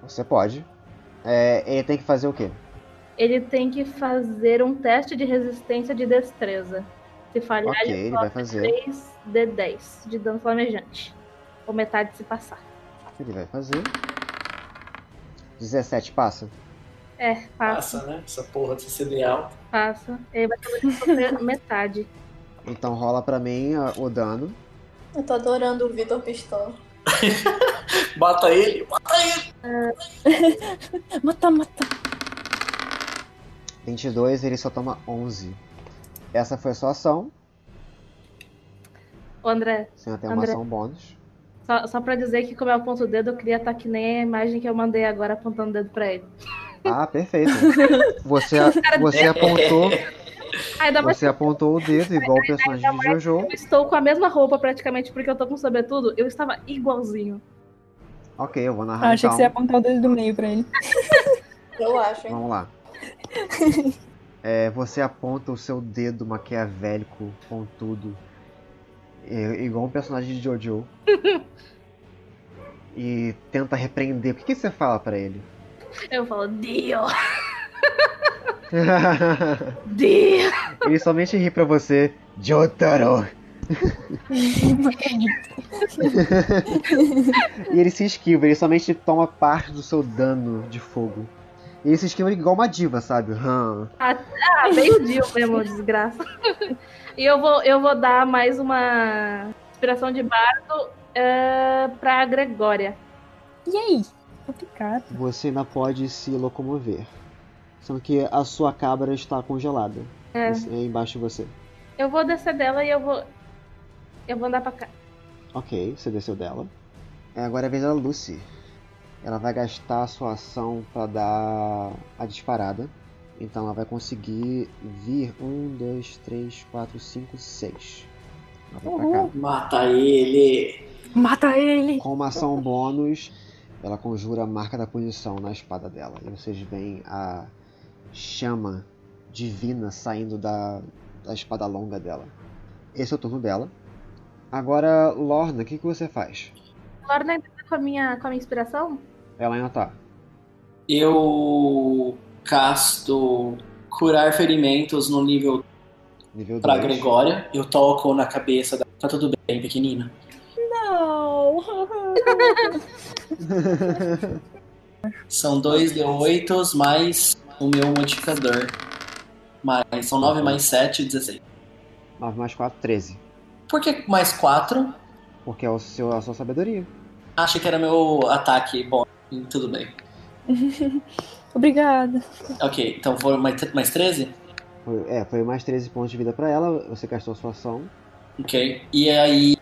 [SPEAKER 1] Você pode. É, ele tem que fazer o quê?
[SPEAKER 3] Ele tem que fazer um teste de resistência de destreza. Se falhar,
[SPEAKER 1] Ok,
[SPEAKER 3] ele
[SPEAKER 1] ele
[SPEAKER 3] sofre
[SPEAKER 1] vai fazer.
[SPEAKER 3] 3 d 10 de dano flamejante. Ou metade se passar.
[SPEAKER 1] Ele vai fazer. 17 passa.
[SPEAKER 3] É, passa,
[SPEAKER 6] Passa, né? Essa porra de CCD alta.
[SPEAKER 3] passa. Ele vai ter que sofrer metade.
[SPEAKER 1] Então rola pra mim ah, o dano.
[SPEAKER 2] Eu tô adorando o Vitor Pistola.
[SPEAKER 6] Mata ele.
[SPEAKER 4] Mata, mata!
[SPEAKER 1] 22, ele só toma 11. Essa foi a sua ação.
[SPEAKER 3] Ô, André,
[SPEAKER 1] Você ainda tem uma
[SPEAKER 3] André.
[SPEAKER 1] ação bônus.
[SPEAKER 3] só, só pra dizer que como é o ponto dedo, eu queria estar que nem a imagem que eu mandei agora apontando o dedo pra ele.
[SPEAKER 1] Ah, perfeito. Você, você apontou,
[SPEAKER 3] Ai, dá mais
[SPEAKER 1] você apontou o dedo igual o personagem de Jojo.
[SPEAKER 3] Eu estou com a mesma roupa praticamente, porque eu tô com sobretudo, eu estava igualzinho.
[SPEAKER 1] Ok, eu vou narrar
[SPEAKER 4] Ah, achei que
[SPEAKER 1] então.
[SPEAKER 4] você ia apontar o dedo do meio pra ele.
[SPEAKER 2] Eu acho, hein?
[SPEAKER 1] Vamos lá. É, você aponta o seu dedo maquiavélico, pontudo, é, igual um personagem de Jojo. e tenta repreender. O que, que você fala pra ele?
[SPEAKER 3] Eu falo, Dio, Dio.
[SPEAKER 1] ele somente ri pra você. Jotaro! e ele se esquiva, ele somente toma parte do seu dano de fogo. E esses esquema é igual uma diva, sabe? Hum.
[SPEAKER 3] Ah, meio dia mesmo, desgraça. E eu vou, eu vou dar mais uma inspiração de bardo eh, pra Gregória.
[SPEAKER 4] E aí? Tá Complicado.
[SPEAKER 1] Você ainda pode se locomover. Sendo que a sua cabra está congelada.
[SPEAKER 3] É.
[SPEAKER 1] Você- É embaixo de você.
[SPEAKER 3] Eu vou descer dela e eu vou. Eu vou andar pra cá.
[SPEAKER 1] Ok, você desceu dela. É, Agora é a vez da Lucy. Ela vai gastar a sua ação pra dar a disparada. Então ela vai conseguir vir 1, 2, 3, 4, 5, 6. Ela vai pra cá.
[SPEAKER 6] Mata ele!
[SPEAKER 4] Mata ele!
[SPEAKER 1] Com uma ação bônus, ela conjura a marca da punição na espada dela. E vocês veem a chama divina saindo da, da espada longa dela. Esse é o turno dela. Agora, Lorna, o que, que você faz?
[SPEAKER 3] Lorna ainda tá com a minha, com a minha inspiração?
[SPEAKER 1] Ela ainda tá.
[SPEAKER 6] Eu casto curar ferimentos no nível
[SPEAKER 1] Nível
[SPEAKER 6] pra
[SPEAKER 1] 2.
[SPEAKER 6] Gregória. Eu toco na cabeça da. Tá tudo bem, pequenina.
[SPEAKER 4] Não!
[SPEAKER 6] São dois D8 mais o meu modificador. Mais, são 9 mais 7, 16.
[SPEAKER 1] 9 mais 4, 13.
[SPEAKER 6] Por que mais 4?
[SPEAKER 1] Porque é o seu, a sua sabedoria.
[SPEAKER 6] Achei que era meu ataque. Bom, Hum, tudo bem.
[SPEAKER 4] Obrigada.
[SPEAKER 6] Ok, então foram mais, mais 13?
[SPEAKER 1] Foi- é, foi mais 13 pontos de vida pra ela. Você gastou a sua ação.
[SPEAKER 6] Ok. E aí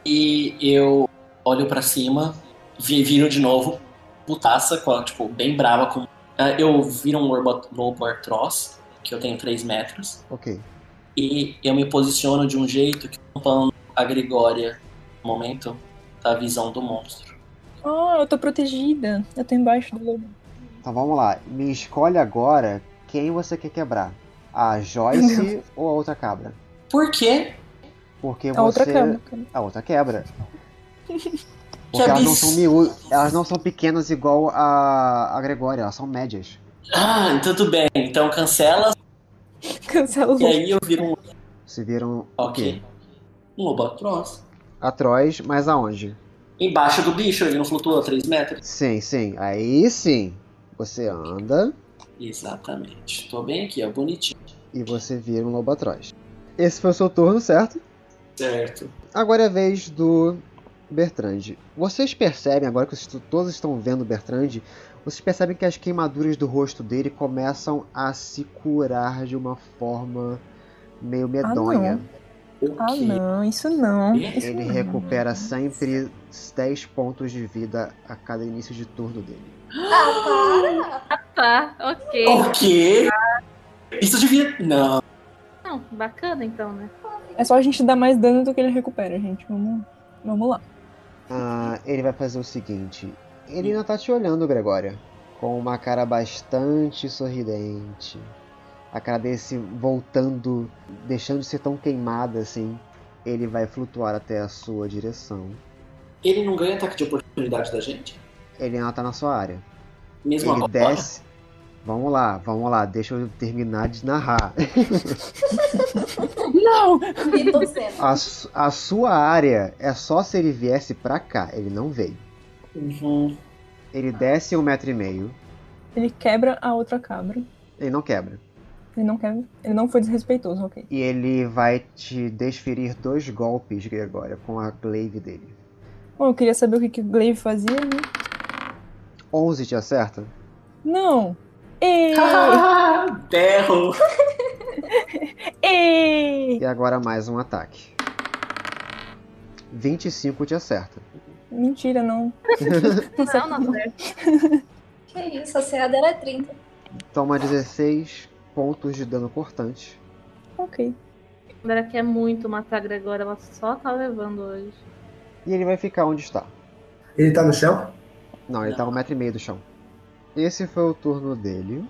[SPEAKER 6] eu olho pra cima, vi- viro de novo, putaça, com a, tipo, bem brava. Com... Ah, Eu viro um lobo- lobo artroz, que eu tenho 3 metros,
[SPEAKER 1] Ok.
[SPEAKER 6] e eu me posiciono de um jeito que tampando a Gregória no momento da visão do monstro.
[SPEAKER 4] Oh, eu tô protegida. Eu tô embaixo do lobo.
[SPEAKER 1] Então vamos lá. Me escolhe agora quem você quer quebrar. A Joyce ou a outra cabra?
[SPEAKER 6] Por quê?
[SPEAKER 1] Porque você...
[SPEAKER 4] A Ah, outra cama. cara.
[SPEAKER 1] A outra quebra.
[SPEAKER 6] Que
[SPEAKER 1] Porque elas não,
[SPEAKER 6] abs-
[SPEAKER 1] são miú... elas não são pequenas igual a, a Gregória, elas são médias.
[SPEAKER 6] Ah, tudo bem. Então cancela,
[SPEAKER 4] Cancela o
[SPEAKER 6] e
[SPEAKER 4] lobo.
[SPEAKER 6] aí eu viro um.
[SPEAKER 1] Se viram o quê?
[SPEAKER 6] Ok. Um lobo artroz.
[SPEAKER 1] Atroz, mas aonde?
[SPEAKER 6] Embaixo do bicho, ele não flutua 3 metros.
[SPEAKER 1] Sim, sim. Aí sim. Você anda.
[SPEAKER 6] Exatamente. Tô bem aqui, ó, bonitinho.
[SPEAKER 1] e você vira um lobo atrás. Esse foi o seu turno, certo?
[SPEAKER 6] Certo.
[SPEAKER 1] Agora é a vez do Bertrand. Vocês percebem, agora que vocês t- todos estão vendo o Bertrand, vocês percebem que as queimaduras do rosto dele começam a se curar de uma forma meio medonha.
[SPEAKER 4] Ah,
[SPEAKER 6] Ok.
[SPEAKER 4] não, isso não.
[SPEAKER 6] Ele
[SPEAKER 4] Isso
[SPEAKER 1] Ele
[SPEAKER 4] não.
[SPEAKER 1] recupera sempre 10 pontos de vida a cada início de turno dele.
[SPEAKER 2] Ah, para!
[SPEAKER 3] Tá, ok.
[SPEAKER 6] O quê? Isso devia. Não.
[SPEAKER 3] Não, bacana então, né?
[SPEAKER 4] É só a gente dar mais dano do que ele recupera, gente. Vamos, vamos lá.
[SPEAKER 1] Ah, ele vai fazer o seguinte: ele ainda tá te olhando, Gregória, com uma cara bastante sorridente. A cara dele se voltando, deixando de ser tão queimada assim. Ele vai flutuar até a sua direção.
[SPEAKER 6] Ele não ganha ataque de oportunidade da gente?
[SPEAKER 1] Ele ainda tá na sua área.
[SPEAKER 6] Mesmo
[SPEAKER 1] ele
[SPEAKER 6] agora?
[SPEAKER 1] desce. Vamos lá, vamos lá, deixa eu terminar de narrar.
[SPEAKER 4] Não!
[SPEAKER 2] Vitor Senna.
[SPEAKER 1] A, su- a sua área é só se ele viesse pra cá, ele não veio.
[SPEAKER 6] Uhum.
[SPEAKER 1] Ele desce um metro e meio,
[SPEAKER 4] Ele quebra a outra cabra.
[SPEAKER 1] ele não quebra.
[SPEAKER 4] Ele não quebra. Ele não foi desrespeitoso, ok.
[SPEAKER 1] E ele vai te desferir dois golpes, Gregória, com a glaive dele.
[SPEAKER 4] Bom, eu queria saber o que, que o Glaive fazia, né?
[SPEAKER 1] 11 te acerta?
[SPEAKER 4] Não! Ei!
[SPEAKER 6] Berro!
[SPEAKER 4] Ei!
[SPEAKER 1] E agora mais um ataque. 25 te acerta.
[SPEAKER 4] Mentira, não.
[SPEAKER 3] Não, não, certo.
[SPEAKER 2] Que isso, a CA dela é 30.
[SPEAKER 1] Toma 16 pontos de dano cortante.
[SPEAKER 4] Ok.
[SPEAKER 3] Quando ela quer é muito matar a Gregória, ela só tá levando hoje.
[SPEAKER 1] E ele vai ficar onde está.
[SPEAKER 5] Ele tá no chão?
[SPEAKER 1] Não, ele
[SPEAKER 6] Não.
[SPEAKER 1] tá um metro e meio do chão. Esse foi o turno dele.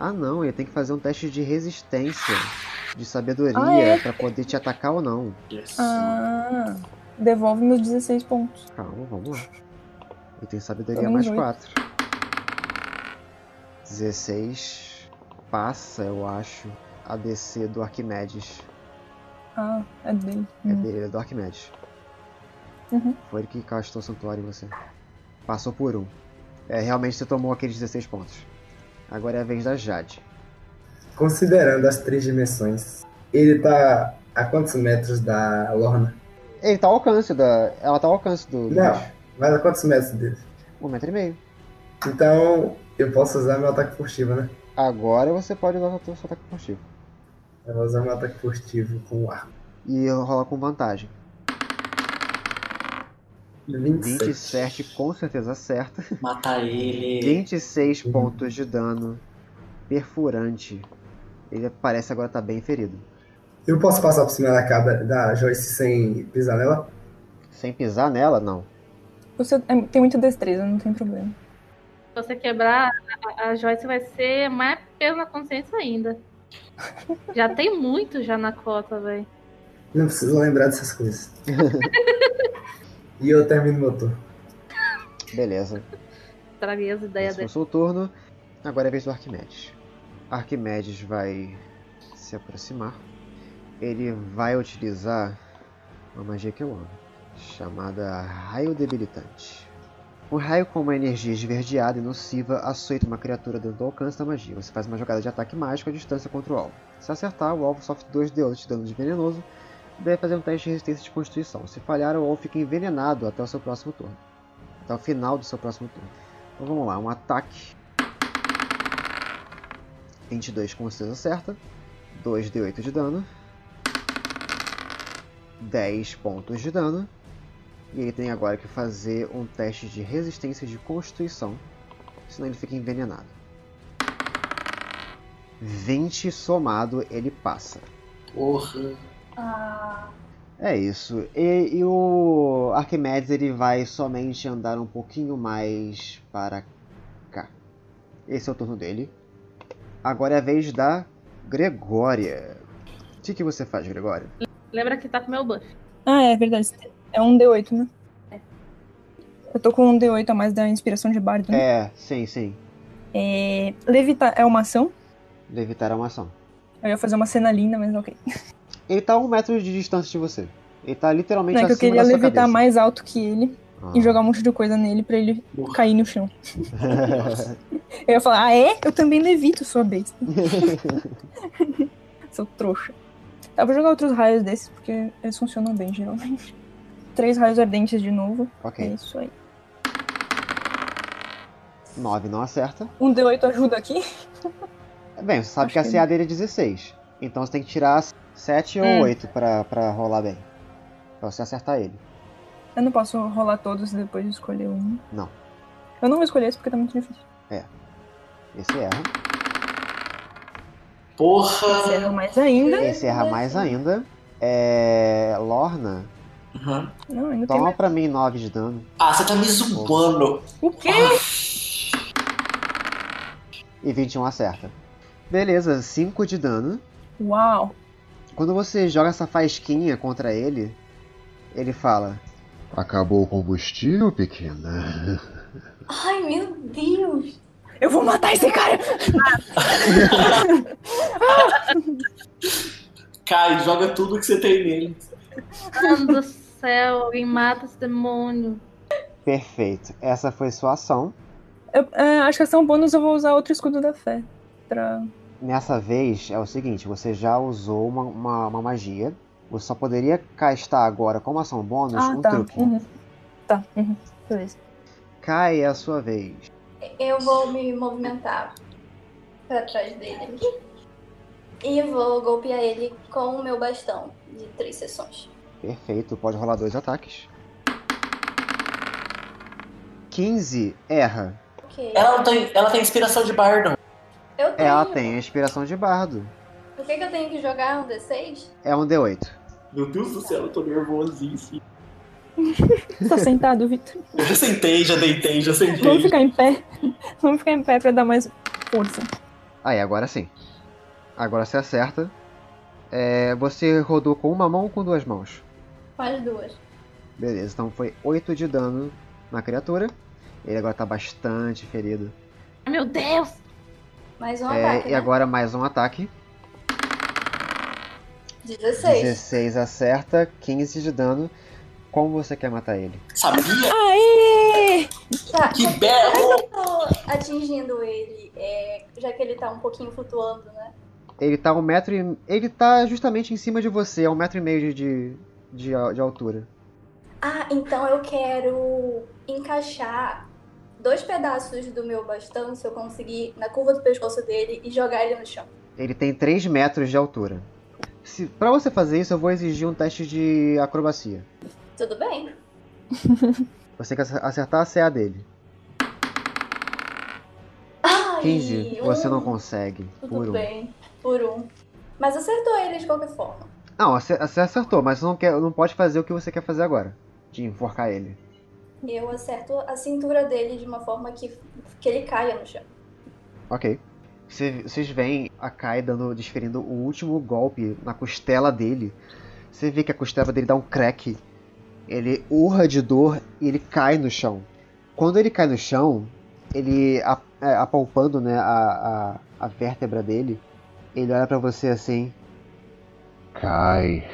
[SPEAKER 1] Ah não, ele tem que fazer um teste de resistência, de sabedoria,
[SPEAKER 4] Ah, é?
[SPEAKER 1] pra poder te atacar ou não.
[SPEAKER 6] Yes.
[SPEAKER 4] Ah, devolve meus 16 pontos.
[SPEAKER 1] Calma, vamos lá. Eu tenho sabedoria
[SPEAKER 4] Tomei
[SPEAKER 1] mais
[SPEAKER 4] oito.
[SPEAKER 1] 4. 16 passa, eu acho, a DC do Arquimedes.
[SPEAKER 4] Ah, é dele.
[SPEAKER 1] É
[SPEAKER 4] Hum.
[SPEAKER 1] dele, é do Arquimedes.
[SPEAKER 4] Uhum.
[SPEAKER 1] Foi ele que castou o santuário em você. Passou por um. É, realmente você tomou aqueles 16 pontos. Agora é a vez da Jade.
[SPEAKER 5] Considerando as três dimensões, ele tá a quantos metros da Lorna?
[SPEAKER 1] Ele tá ao alcance da. Ela tá ao alcance do. do
[SPEAKER 5] Não,
[SPEAKER 1] bicho.
[SPEAKER 5] mas a quantos metros dele?
[SPEAKER 1] Um metro e meio.
[SPEAKER 5] Então, eu posso usar meu ataque furtivo, né?
[SPEAKER 1] Agora você pode usar o seu seu ataque furtivo.
[SPEAKER 5] Eu vou usar meu ataque furtivo com o arco.
[SPEAKER 1] E rola com vantagem.
[SPEAKER 5] 27.
[SPEAKER 1] 27 com certeza acerta.
[SPEAKER 6] Matar ele.
[SPEAKER 1] 26 pontos de dano perfurante. Ele parece agora tá bem ferido.
[SPEAKER 5] Eu posso passar por cima da cabra da Joyce sem pisar nela?
[SPEAKER 1] Sem pisar nela, não.
[SPEAKER 4] Você é- tem muita destreza, não tem problema.
[SPEAKER 3] Se você quebrar, a, a Joyce vai ser mais peso na consciência ainda. Já tem muito já na cota, velho.
[SPEAKER 5] Não preciso lembrar dessas coisas. e eu termino meu turno.
[SPEAKER 1] Beleza.
[SPEAKER 3] Traguei as ideias
[SPEAKER 1] Esse foi
[SPEAKER 3] dele.
[SPEAKER 1] o seu turno. Agora é a vez do Arquimedes. Arquimedes vai se aproximar. Ele vai utilizar uma magia que eu amo, chamada Raio Debilitante. Um raio com uma energia esverdeada e nociva açoita uma criatura dentro do alcance da magia. Você faz uma jogada de ataque mágico à distância contra o alvo. Se acertar, o alvo sofre 2d8 de dano de venenoso e deve fazer um teste de resistência de constituição. Se falhar, o alvo fica envenenado até o seu próximo turno. Até o final do seu próximo turno. Então vamos lá, um ataque. 22 com certeza acerta. 2 de 8 de dano. 10 pontos de dano. E ele tem agora que fazer um teste de resistência de constituição. Senão ele fica envenenado. 20 somado, ele passa.
[SPEAKER 6] Porra.
[SPEAKER 2] Ah,
[SPEAKER 1] É isso. E, e o Arquimedes ele vai somente andar um pouquinho mais para cá. Esse é o turno dele. Agora é a vez da Gregória. O que, que você faz, Gregória?
[SPEAKER 3] Lembra que tá com meu buff.
[SPEAKER 4] Ah, é verdade. É um D8, né?
[SPEAKER 1] É.
[SPEAKER 4] Eu tô com um D8 a mais da inspiração de bardo. né?
[SPEAKER 1] É, sim, sim.
[SPEAKER 4] É, Levitar é uma ação.
[SPEAKER 1] Levitar é uma ação.
[SPEAKER 4] Eu ia fazer uma cena linda, mas ok.
[SPEAKER 1] Ele tá a um metro de distância de você. Ele tá literalmente
[SPEAKER 4] Não, é que eu
[SPEAKER 1] acima
[SPEAKER 4] queria
[SPEAKER 1] da sua
[SPEAKER 4] levitar
[SPEAKER 1] cabeça.
[SPEAKER 4] mais alto que ele
[SPEAKER 1] Ah.
[SPEAKER 4] e jogar um monte de coisa nele pra ele
[SPEAKER 6] Porra.
[SPEAKER 4] cair no chão. Eu ia falar, ah é? Eu também levito, sua besta. Seu trouxa. Tá, eu vou jogar outros raios desses, porque eles funcionam bem, geralmente. Três raios ardentes de novo. É
[SPEAKER 1] Ah, ok.
[SPEAKER 4] isso aí.
[SPEAKER 1] 9 não acerta.
[SPEAKER 4] Um D8 ajuda aqui.
[SPEAKER 1] Bem, você sabe
[SPEAKER 4] Acho
[SPEAKER 1] que a
[SPEAKER 4] que-
[SPEAKER 1] CA dele é 16. Então você tem que tirar 7
[SPEAKER 4] Hum.
[SPEAKER 1] ou 8 pra, pra rolar bem. Pra você acertar ele.
[SPEAKER 4] Eu não posso rolar todos e depois escolher um.
[SPEAKER 1] Não.
[SPEAKER 4] Eu não vou escolher esse porque tá muito difícil.
[SPEAKER 1] Esse erra.
[SPEAKER 6] Porra.
[SPEAKER 4] Serra mais ainda.
[SPEAKER 1] Esse erra mais ainda. É. Lorna,
[SPEAKER 6] Uhum.
[SPEAKER 4] Não, ainda tem
[SPEAKER 1] toma
[SPEAKER 4] mais.
[SPEAKER 1] pra mim 9 de dano.
[SPEAKER 6] Ah, você tá me zoando. Ah,
[SPEAKER 4] O quê?
[SPEAKER 1] E 21 acerta. Beleza, 5 de dano.
[SPEAKER 4] Uau.
[SPEAKER 1] Quando você joga essa faisquinha contra ele, ele fala:
[SPEAKER 8] Acabou o combustível, pequena?
[SPEAKER 2] Ai, meu Deus!
[SPEAKER 4] Eu vou matar esse cara!
[SPEAKER 6] Cai, joga tudo que você tem nele.
[SPEAKER 3] Mano do céu, alguém mata esse demônio.
[SPEAKER 1] Perfeito, essa foi sua ação.
[SPEAKER 4] Eu, é, acho que ação bônus eu vou usar outro escudo da fé. Pra...
[SPEAKER 1] Nessa vez é o seguinte: você já usou uma, uma, uma magia. Você só poderia castar agora, como ação bônus,
[SPEAKER 4] Ah,
[SPEAKER 1] um
[SPEAKER 4] tá.
[SPEAKER 1] truque.
[SPEAKER 4] Uhum. Tá. Uhum. Beleza.
[SPEAKER 1] Cai é a sua vez.
[SPEAKER 2] Eu vou me movimentar pra trás dele aqui. E vou golpear ele com o meu bastão de três sessões.
[SPEAKER 1] Perfeito, pode rolar dois ataques. 15 erra.
[SPEAKER 2] Ok.
[SPEAKER 6] Ela, não tem, ela tem inspiração de bardo.
[SPEAKER 2] Eu tenho.
[SPEAKER 1] É, Ela tem a inspiração de bardo.
[SPEAKER 2] Por que, que eu tenho que jogar um D6?
[SPEAKER 1] É um D8.
[SPEAKER 6] Meu Deus do céu, eu tô nervosíssimo.
[SPEAKER 4] Você tá sentado, Vitor?
[SPEAKER 6] Eu já sentei, já deitei, já
[SPEAKER 4] Vamos
[SPEAKER 6] sentei.
[SPEAKER 4] ficar em pé. Vamos ficar em pé pra dar mais força.
[SPEAKER 1] Aí, agora sim. Agora você acerta. É, você rodou com uma mão ou com duas mãos?
[SPEAKER 2] Com as duas.
[SPEAKER 1] Beleza, então foi 8 de dano na criatura. Ele agora tá bastante ferido.
[SPEAKER 3] Ai, Meu Deus!
[SPEAKER 2] Mais um
[SPEAKER 1] É,
[SPEAKER 2] ataque.
[SPEAKER 1] e
[SPEAKER 2] né?
[SPEAKER 1] agora mais um ataque.
[SPEAKER 2] 16.
[SPEAKER 1] 16 acerta, 15 de dano. Como você quer matar ele?
[SPEAKER 6] Sabia?
[SPEAKER 4] Aê! quê?
[SPEAKER 2] Tá,
[SPEAKER 6] Que
[SPEAKER 2] já
[SPEAKER 6] berro!
[SPEAKER 2] que eu tô atingindo ele, é, já que ele tá um pouquinho flutuando, né?
[SPEAKER 1] Ele tá um metro e... Ele tá justamente em cima de você, a um metro e meio de, de, de al- de altura.
[SPEAKER 2] Ah, então eu quero encaixar dois pedaços do meu bastão, se eu conseguir, na curva do pescoço dele e jogar ele no chão.
[SPEAKER 1] Ele tem 3 metros de altura. Se, pra você fazer isso, eu vou exigir um teste de acrobacia.
[SPEAKER 2] Tudo bem?
[SPEAKER 1] Você tem que acertar a CA dele.
[SPEAKER 2] Ai,
[SPEAKER 1] 15,
[SPEAKER 2] um.
[SPEAKER 1] você não consegue. Por
[SPEAKER 2] Tudo
[SPEAKER 1] um.
[SPEAKER 2] bem, por um. Mas acertou ele de qualquer forma.
[SPEAKER 1] Não, você você acertou, mas você não, quer, não pode fazer o que você quer fazer agora. De enforcar ele.
[SPEAKER 2] Eu acerto a cintura dele de uma forma que, que ele caia no chão.
[SPEAKER 1] Ok. Cê- Vocês veem a Kai dando, desferindo o último golpe na costela dele. Você vê que a costela dele dá um crack. Ele urra de dor e ele cai no chão. Quando ele cai no chão, ele a- é, apalpando né, a, a, a vértebra dele, ele olha pra você assim.
[SPEAKER 8] Cai.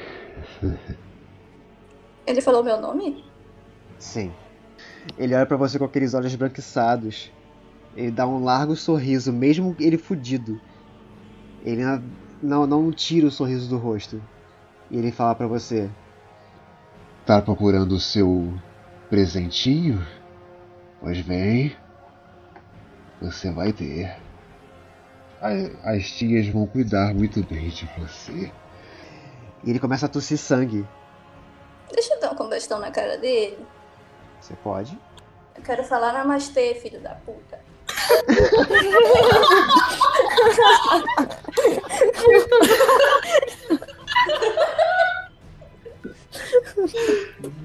[SPEAKER 2] Ele falou meu nome?
[SPEAKER 1] Sim. Ele olha pra você com aqueles olhos branquiçados. Ele dá um largo sorriso, mesmo ele fudido. Ele na- não, não tira o sorriso do rosto. E ele fala pra você:
[SPEAKER 8] Tá procurando o seu presentinho? Pois bem, você vai ter. A- As tias vão cuidar muito bem de você.
[SPEAKER 1] E ele começa a tossir sangue.
[SPEAKER 2] Deixa eu dar uma combustão na cara dele.
[SPEAKER 1] Você pode?
[SPEAKER 2] Eu quero falar namastê, filho da puta.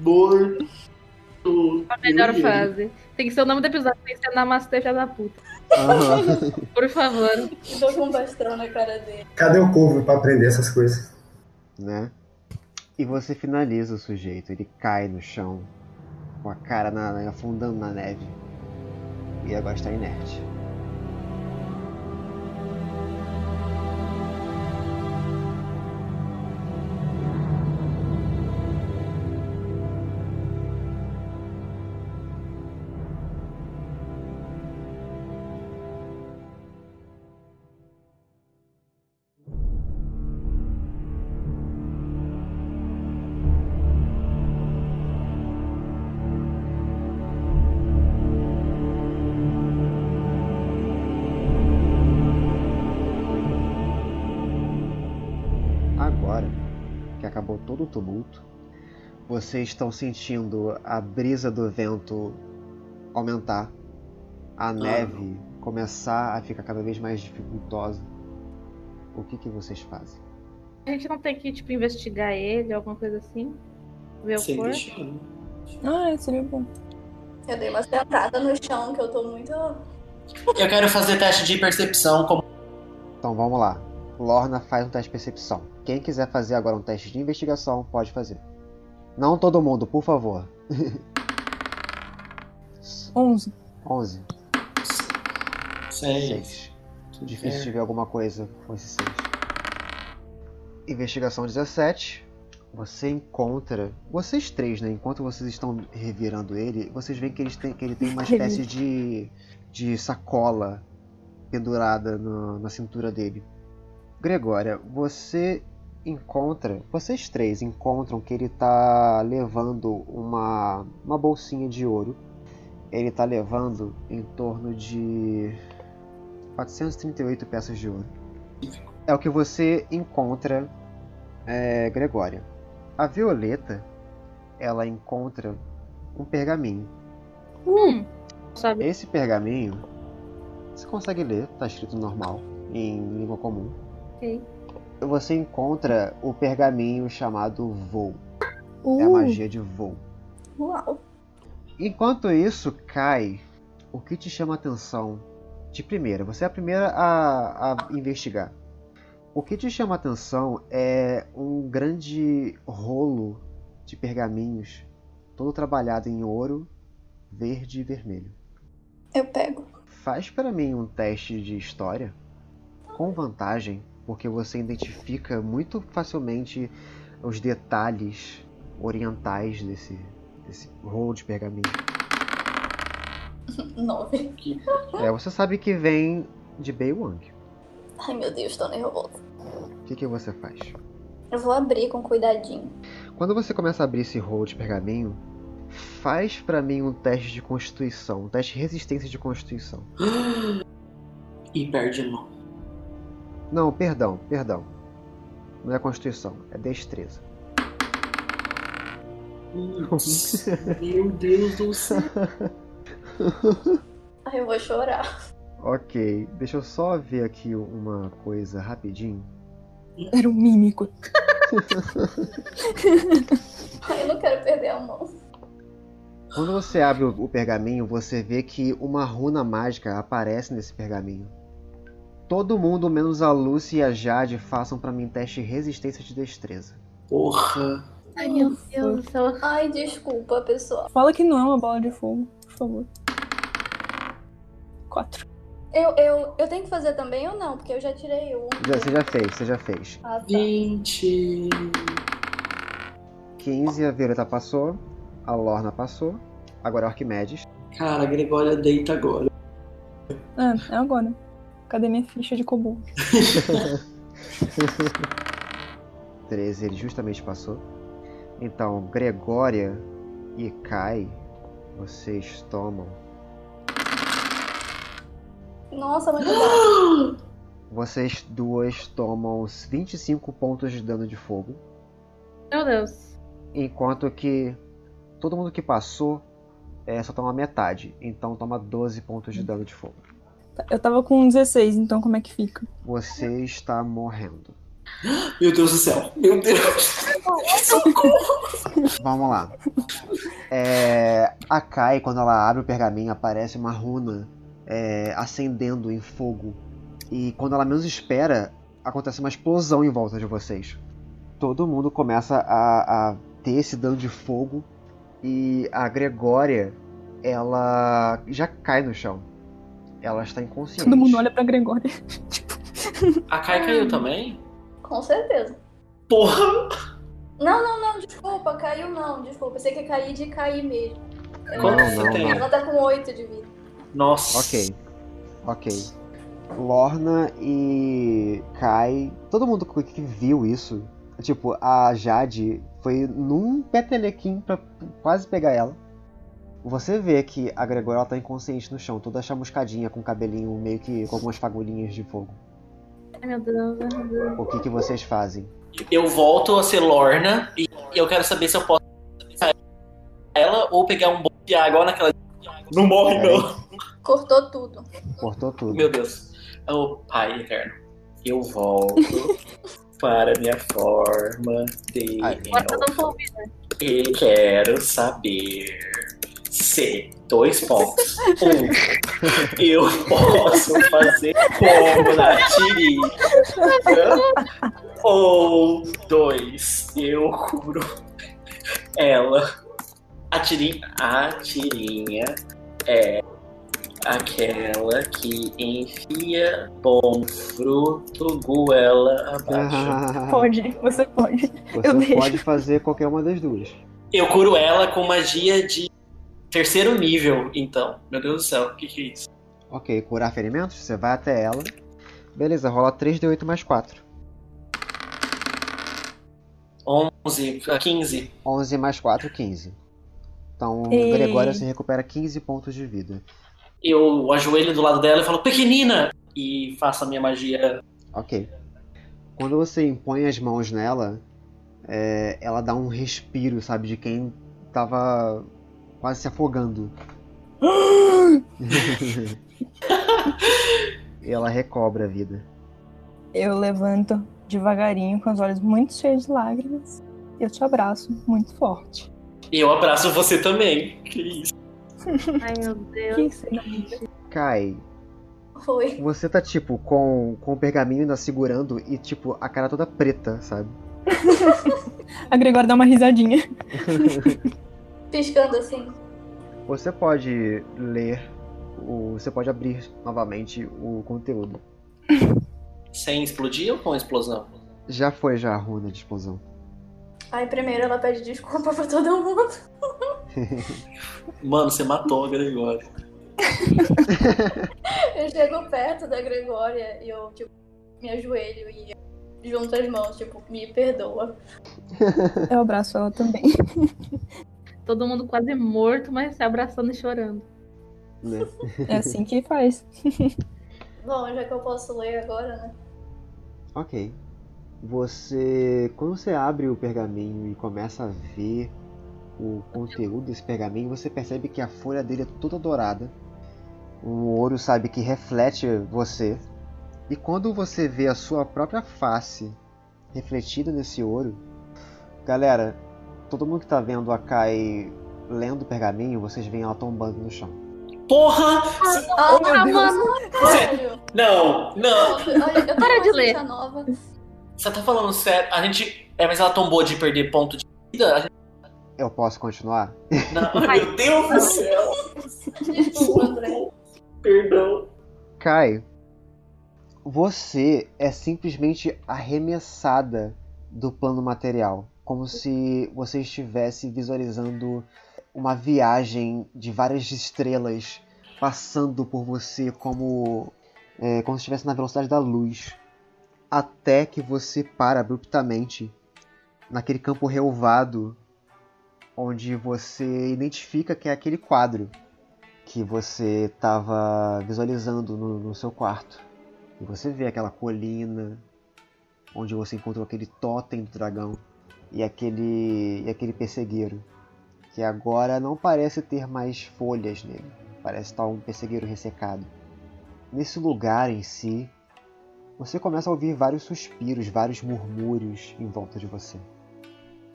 [SPEAKER 6] Morto.
[SPEAKER 3] Melhor frase. Tem que ser o nome do episódio, tem que ser Namastê, filha da puta.
[SPEAKER 1] Aham.
[SPEAKER 3] Por favor.
[SPEAKER 2] Eu dou combustão na cara dele.
[SPEAKER 5] Cadê o corvo pra aprender essas coisas?
[SPEAKER 1] né? E você finaliza o sujeito. Ele cai no chão, com a cara na, na- afundando na neve. E agora está inerte. Agora que acabou todo o tumulto, vocês estão sentindo a brisa do vento aumentar, a neve começar a ficar cada vez mais dificultosa. O que, que vocês fazem?
[SPEAKER 3] A gente não tem que, tipo, investigar ele, alguma coisa assim? Ver o
[SPEAKER 6] Sem né?
[SPEAKER 3] corpo?
[SPEAKER 6] mexer.
[SPEAKER 4] Ah, seria bom.
[SPEAKER 2] Eu dei uma sentada no chão, que eu tô muito.
[SPEAKER 6] Eu quero fazer teste de percepção como
[SPEAKER 1] Então vamos lá. Lorna faz um teste de percepção. Quem quiser fazer agora um teste de investigação, pode fazer. Não todo mundo, por favor.
[SPEAKER 4] 11.
[SPEAKER 1] 11,
[SPEAKER 6] sei.
[SPEAKER 1] 6. Difícil de ver alguma coisa com esses seis. Investigação 17. Você encontra. Vocês três, né? Enquanto vocês estão revirando ele, vocês veem que, eles têm, que ele tem uma espécie de, de sacola pendurada na, na cintura dele. Gregória, você encontra. Vocês três encontram que ele tá levando uma, uma bolsinha de ouro. Ele tá levando em torno de 438 peças de ouro. É o que você encontra, é, Gregória. A Violeta, ela encontra um pergaminho.
[SPEAKER 3] Hum. Sabe?
[SPEAKER 1] Esse pergaminho, você consegue ler, tá escrito normal, em língua comum.
[SPEAKER 3] Ok.
[SPEAKER 1] Você encontra o pergaminho chamado Voo. É a
[SPEAKER 4] Uh,
[SPEAKER 1] magia de Voo.
[SPEAKER 2] Uau!
[SPEAKER 1] Enquanto isso, Kai, o que te chama a atenção de primeira? Você é a primeira a, a investigar. O que te chama a atenção é um grande rolo de pergaminhos, todo trabalhado em ouro, verde e vermelho.
[SPEAKER 2] Eu pego.
[SPEAKER 1] Faz para mim um teste de história com vantagem, porque você identifica muito facilmente os detalhes orientais desse, desse rolo de pergaminho.
[SPEAKER 2] Nove.
[SPEAKER 1] É, você sabe que vem de Beiwang.
[SPEAKER 2] Ai meu Deus, tô nervosa.
[SPEAKER 1] O que, que você faz?
[SPEAKER 2] Eu vou abrir com cuidadinho.
[SPEAKER 1] Quando você começa a abrir esse rol de pergaminho, faz pra mim um teste de constituição, um teste de resistência de constituição.
[SPEAKER 6] É, E perde a mão.
[SPEAKER 1] Não, perdão, perdão. Não é constituição, é destreza.
[SPEAKER 6] Putz, Meu Deus do céu.
[SPEAKER 2] Ai, eu vou chorar.
[SPEAKER 1] Ok, deixa eu só ver aqui uma coisa rapidinho.
[SPEAKER 4] Era um mímico.
[SPEAKER 2] Ai, eu não quero perder a mão.
[SPEAKER 1] Quando você abre o o pergaminho, você vê que uma runa mágica aparece nesse pergaminho. Todo mundo, menos a Lucy e a Jade, façam pra mim teste de resistência de destreza.
[SPEAKER 6] Porra.
[SPEAKER 3] Ai, meu Deus do céu.
[SPEAKER 2] Ai, desculpa, pessoal.
[SPEAKER 4] Fala que não é uma bola de fogo, por favor. Quatro.
[SPEAKER 2] Eu, eu, eu tenho que fazer também ou não? Porque eu já tirei um.
[SPEAKER 1] Já- você já fez, você já fez.
[SPEAKER 2] Ah, tá.
[SPEAKER 6] 20.
[SPEAKER 1] 15, a Violeta passou, a Lorna passou, agora é Arquimedes.
[SPEAKER 6] Cara, a Gregória deita agora.
[SPEAKER 4] Ah, é agora. Cadê minha ficha de kobold?
[SPEAKER 1] 13, ele justamente passou. Então, Gregória e Kai, vocês tomam.
[SPEAKER 2] Nossa, muito bom.
[SPEAKER 1] Vocês duas tomam os 25 pontos de dano de fogo.
[SPEAKER 3] Meu Deus.
[SPEAKER 1] Enquanto que todo mundo que passou é, só toma metade. Então toma 12 pontos de dano de fogo.
[SPEAKER 4] Tá, Eu tava com 16, então como é que fica?
[SPEAKER 1] Você está morrendo.
[SPEAKER 6] Meu Deus do céu. Meu Deus.
[SPEAKER 1] Vamos lá. É, a Kai, quando ela abre o pergaminho, aparece uma runa é, acendendo em fogo. E quando ela menos espera, acontece uma explosão em volta de vocês. Todo mundo começa a, a ter esse dano de fogo. E a Gregória, ela já cai no chão. Ela está inconsciente.
[SPEAKER 4] Todo mundo olha pra Gregória.
[SPEAKER 6] A Kai caiu também?
[SPEAKER 2] Com certeza.
[SPEAKER 6] Porra.
[SPEAKER 2] Não, desculpa, caiu não, desculpa. Sei que é cair de cair mesmo.
[SPEAKER 6] Quanto
[SPEAKER 1] Não,
[SPEAKER 6] você
[SPEAKER 1] não,
[SPEAKER 6] tem?
[SPEAKER 1] não.
[SPEAKER 2] Ela tá com oito de vida.
[SPEAKER 6] Nossa.
[SPEAKER 1] Ok. Ok. Lorna e Kai. Todo mundo que que viu isso. Tipo, a Jade foi num petelequim pra quase pegar ela. Você vê que a Gregora ela tá inconsciente no chão, toda chamuscadinha, com o cabelinho meio que com algumas fagulhinhas de fogo.
[SPEAKER 3] Ai, meu Deus. ai, meu Deus.
[SPEAKER 1] O que, que vocês fazem?
[SPEAKER 6] Eu volto a ser Lorna e eu quero saber se eu posso sair ela ou pegar um bom de água naquela. Não morre, não.
[SPEAKER 2] Cortou tudo.
[SPEAKER 1] Cortou tudo.
[SPEAKER 6] Meu Deus. Oh, Pai eterno. Eu volto para minha forma de.
[SPEAKER 1] Ai.
[SPEAKER 3] Agora eu não tô ouvindo.
[SPEAKER 6] E quero saber se dois pontos. Um, eu posso fazer como na tirinha. Ou dois, eu curo ela. A tirinha, a tirinha é aquela que enfia bom fruto goela abaixo.
[SPEAKER 1] Ah.
[SPEAKER 4] Pode, você pode.
[SPEAKER 1] Você
[SPEAKER 4] eu deixo.
[SPEAKER 1] pode fazer qualquer uma das duas.
[SPEAKER 6] Eu curo ela com magia de terceiro nível, então. Meu Deus do céu, o que, que é isso?
[SPEAKER 1] Ok, curar ferimentos, você vai até ela. Beleza, rola 3d8 mais 4.
[SPEAKER 6] 11, ah, 15.
[SPEAKER 1] 11 mais 4, 15. Então,
[SPEAKER 4] Ei.
[SPEAKER 1] Gregório se recupera 15 pontos de vida.
[SPEAKER 6] Eu ajoelho do lado dela e falo, pequenina! E faço a minha magia.
[SPEAKER 1] Ok. Quando você impõe as mãos nela, é, ela dá um respiro, sabe, de quem tava quase se afogando. e ela recobra a vida.
[SPEAKER 4] Eu levanto devagarinho, com os olhos muito cheios de lágrimas. E eu te abraço muito forte.
[SPEAKER 6] E eu abraço você também. Que isso?
[SPEAKER 3] Ai, meu Deus.
[SPEAKER 4] Que cena
[SPEAKER 1] Kai,
[SPEAKER 2] Foi.
[SPEAKER 1] você tá, tipo, com, com o pergaminho ainda segurando e, tipo, a cara toda preta, sabe?
[SPEAKER 4] A Gregório dá uma risadinha.
[SPEAKER 2] Piscando assim.
[SPEAKER 1] Você pode ler, o, você pode abrir novamente o conteúdo.
[SPEAKER 6] Sem explodir ou com explosão?
[SPEAKER 1] Já foi já a runa de explosão.
[SPEAKER 2] Aí primeiro ela pede desculpa pra todo mundo.
[SPEAKER 6] Mano, você matou a Gregório.
[SPEAKER 2] Eu chego perto da Gregória e eu, tipo, me ajoelho e junto as mãos, tipo, me perdoa.
[SPEAKER 4] Eu abraço ela também.
[SPEAKER 3] Todo mundo quase morto, mas se abraçando e chorando.
[SPEAKER 1] né?
[SPEAKER 4] É assim que faz.
[SPEAKER 2] Bom, já que eu posso ler agora, né?
[SPEAKER 1] Ok. Você, quando você abre o pergaminho e começa a ver o conteúdo desse pergaminho, você percebe que a folha dele é toda dourada. O ouro sabe que reflete você. E quando você vê a sua própria face refletida nesse ouro, galera, todo mundo que tá vendo a Kai lendo o pergaminho, vocês veem ela tombando no chão.
[SPEAKER 6] Porra!
[SPEAKER 3] Oh,
[SPEAKER 2] Ah,
[SPEAKER 4] meu Deus.
[SPEAKER 3] mano,
[SPEAKER 2] caralho!
[SPEAKER 6] Não, não.
[SPEAKER 2] Olha, eu tô
[SPEAKER 3] Para
[SPEAKER 2] com
[SPEAKER 3] de
[SPEAKER 2] uma
[SPEAKER 3] ler.
[SPEAKER 2] ficha nova.
[SPEAKER 6] Você tá falando sério? A gente. É, mas ela tombou de perder ponto de vida? A gente-
[SPEAKER 1] Eu posso continuar?
[SPEAKER 6] Não, meu Deus do céu!
[SPEAKER 2] Desculpa, André.
[SPEAKER 6] Perdão.
[SPEAKER 1] Kai, você é simplesmente arremessada do plano material, como se você estivesse visualizando uma viagem de várias estrelas passando por você como é, como se estivesse na velocidade da luz, até que você para abruptamente naquele campo relvado onde você identifica que é aquele quadro que você estava visualizando no, no seu quarto. E você vê aquela colina onde você encontrou aquele totem do dragão e aquele, e aquele persegueiro, que agora não parece ter mais folhas nele, parece estar um persegueiro ressecado. Nesse lugar em si, você começa a ouvir vários suspiros, vários murmúrios em volta de você.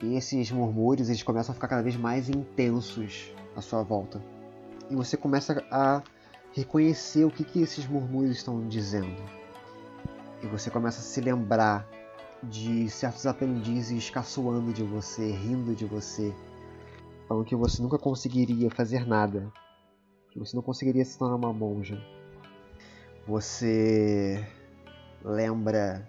[SPEAKER 1] E esses murmúrios eles começam a ficar cada vez mais intensos à sua volta e você começa a reconhecer o que, que esses murmúrios estão dizendo. E você começa a se lembrar de certos aprendizes caçoando de você, rindo de você, falando que você nunca conseguiria fazer nada, que você não conseguiria se tornar uma monja. Você lembra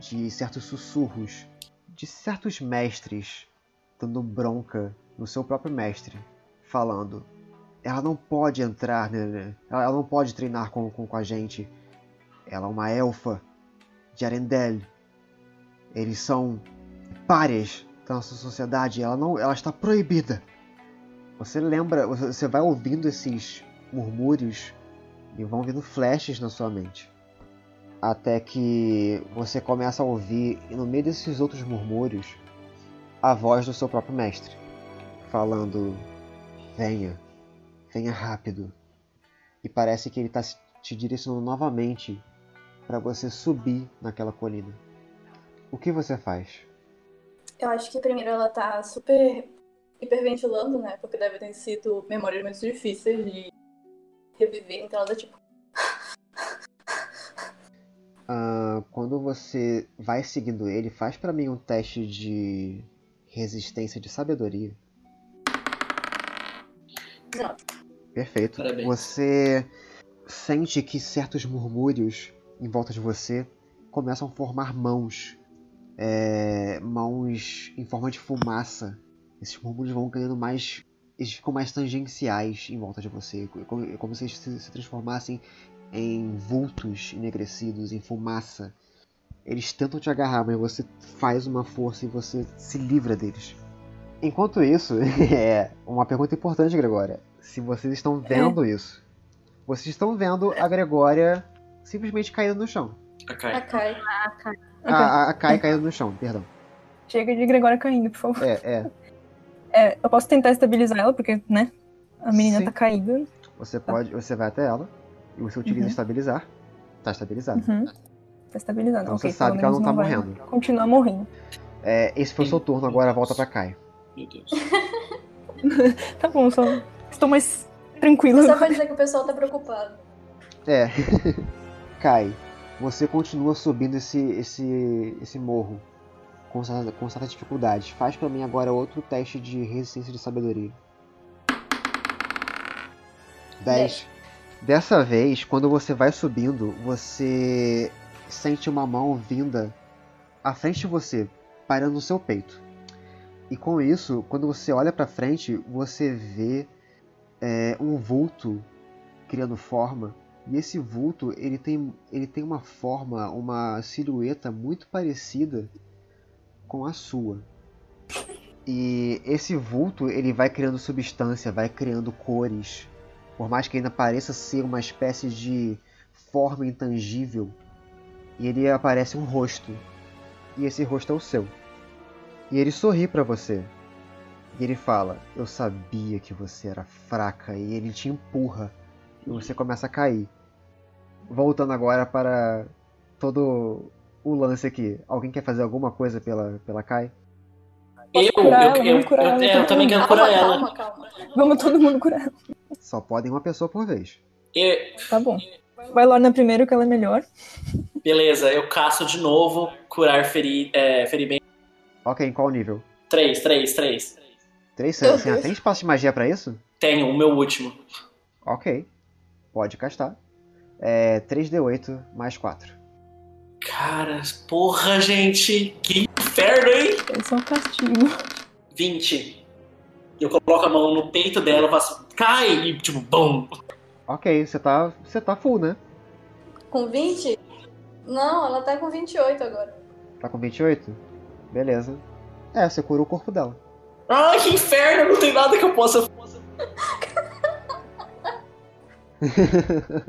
[SPEAKER 1] de certos sussurros, de certos mestres dando bronca no seu próprio mestre, falando: ela não pode entrar, né, né? Ela, ela não pode treinar com, com, com a gente. Ela é uma elfa de Arendelle. Eles são párias da nossa sociedade. Ela não, ela está proibida. Você lembra, você você vai ouvindo esses murmúrios e vão vindo flashes na sua mente. Até que você começa a ouvir, e no meio desses outros murmúrios, a voz do seu próprio mestre, falando: Venha. Venha rápido. E parece que ele está te direcionando novamente para você subir naquela colina. O que você faz?
[SPEAKER 2] Eu acho que primeiro ela tá super hiperventilando, né? Porque deve ter sido memórias muito difíceis de reviver. Então ela tá tipo,
[SPEAKER 1] Ah, quando você vai seguindo ele, faz para mim um teste de resistência de sabedoria.
[SPEAKER 2] não,
[SPEAKER 1] Perfeito.
[SPEAKER 6] Parabéns.
[SPEAKER 1] Você sente que certos murmúrios em volta de você começam a formar mãos. É, mãos em forma de fumaça. Esses murmúrios vão ganhando mais. Eles ficam mais tangenciais em volta de você. É como, é como se eles se, se transformassem em vultos enegrecidos, em fumaça. Eles tentam te agarrar, mas você faz uma força e você se livra deles. Enquanto isso, é uma pergunta importante, Gregória. Se vocês estão vendo isso, vocês estão vendo a Gregória simplesmente caindo no chão.
[SPEAKER 2] a
[SPEAKER 6] Ok.
[SPEAKER 2] Kai.
[SPEAKER 1] A, a, a Kai caindo no chão, perdão.
[SPEAKER 4] Chega de Gregória caindo, por favor.
[SPEAKER 1] É, é.
[SPEAKER 4] É, eu posso tentar estabilizar ela, porque, né? A menina
[SPEAKER 1] Sim.
[SPEAKER 4] tá caída.
[SPEAKER 1] Você pode. Você vai até ela e você utiliza
[SPEAKER 4] Uhum.
[SPEAKER 1] estabilizar. Tá estabilizado.
[SPEAKER 4] Uhum. Tá estabilizada.
[SPEAKER 1] Então
[SPEAKER 4] ok,
[SPEAKER 1] você sabe
[SPEAKER 4] pelo
[SPEAKER 1] que ela não
[SPEAKER 4] menos
[SPEAKER 1] tá
[SPEAKER 4] vai
[SPEAKER 1] morrendo.
[SPEAKER 4] Continuar morrendo.
[SPEAKER 1] É, esse foi o seu turno, agora volta pra Kai.
[SPEAKER 6] Meu Deus.
[SPEAKER 4] Tá bom, só. Estou mais tranquila.
[SPEAKER 2] Só pra dizer que o pessoal tá preocupado.
[SPEAKER 1] É. Kai, você continua subindo esse, esse, esse morro com certa, com certa dificuldade. Faz pra mim agora outro teste de resistência de sabedoria. 10.
[SPEAKER 2] Dez.
[SPEAKER 1] Dessa vez, quando você vai subindo, você sente uma mão vinda à frente de você, parando no seu peito. E com isso, quando você olha pra frente, você vê é, um vulto criando forma. E esse vulto, ele tem, ele tem uma forma, uma silhueta muito parecida com a sua. E esse vulto, ele vai criando substância, vai criando cores. Por mais que ainda pareça ser uma espécie de forma intangível, e ele aparece um rosto. E esse rosto é o seu. E ele sorri para você. E ele fala: "Eu sabia que você era fraca", e ele te empurra e você começa a cair. Voltando agora para todo o lance aqui. Alguém quer fazer alguma coisa pela pela Kai?
[SPEAKER 6] Eu, eu,
[SPEAKER 4] curar ela,
[SPEAKER 6] eu,
[SPEAKER 4] vamos curar
[SPEAKER 6] eu-
[SPEAKER 4] ela,
[SPEAKER 6] é,
[SPEAKER 4] todo
[SPEAKER 6] eu também quero curar ela.
[SPEAKER 2] calma, calma.
[SPEAKER 4] Vamos todo mundo curar ela.
[SPEAKER 1] Só podem uma pessoa por vez.
[SPEAKER 6] E-
[SPEAKER 4] Tá bom. Vai Lorna primeiro, que ela é melhor.
[SPEAKER 6] beleza, eu caço de novo, curar feri, é, ferimento.
[SPEAKER 1] Ok, em qual nível?
[SPEAKER 6] Três, três, três.
[SPEAKER 1] Três
[SPEAKER 2] Meu
[SPEAKER 1] sangue. Você ainda
[SPEAKER 2] Deus.
[SPEAKER 1] tem espaço de magia para isso?
[SPEAKER 6] Tenho o meu último.
[SPEAKER 1] Ok. Pode castar. É 3D8 mais 4.
[SPEAKER 6] Cara, porra, gente. Que inferno, hein?
[SPEAKER 4] Esse é um castigo.
[SPEAKER 6] 20. Eu coloco a mão no peito dela, eu faço. Cai! E tipo, bum!
[SPEAKER 1] Ok, você tá, você tá full, né?
[SPEAKER 2] Com 20? Não, ela tá com 28 agora.
[SPEAKER 1] Tá com 28? Beleza. É, você cura o corpo dela.
[SPEAKER 6] Ai, que inferno! Não tem nada que eu possa.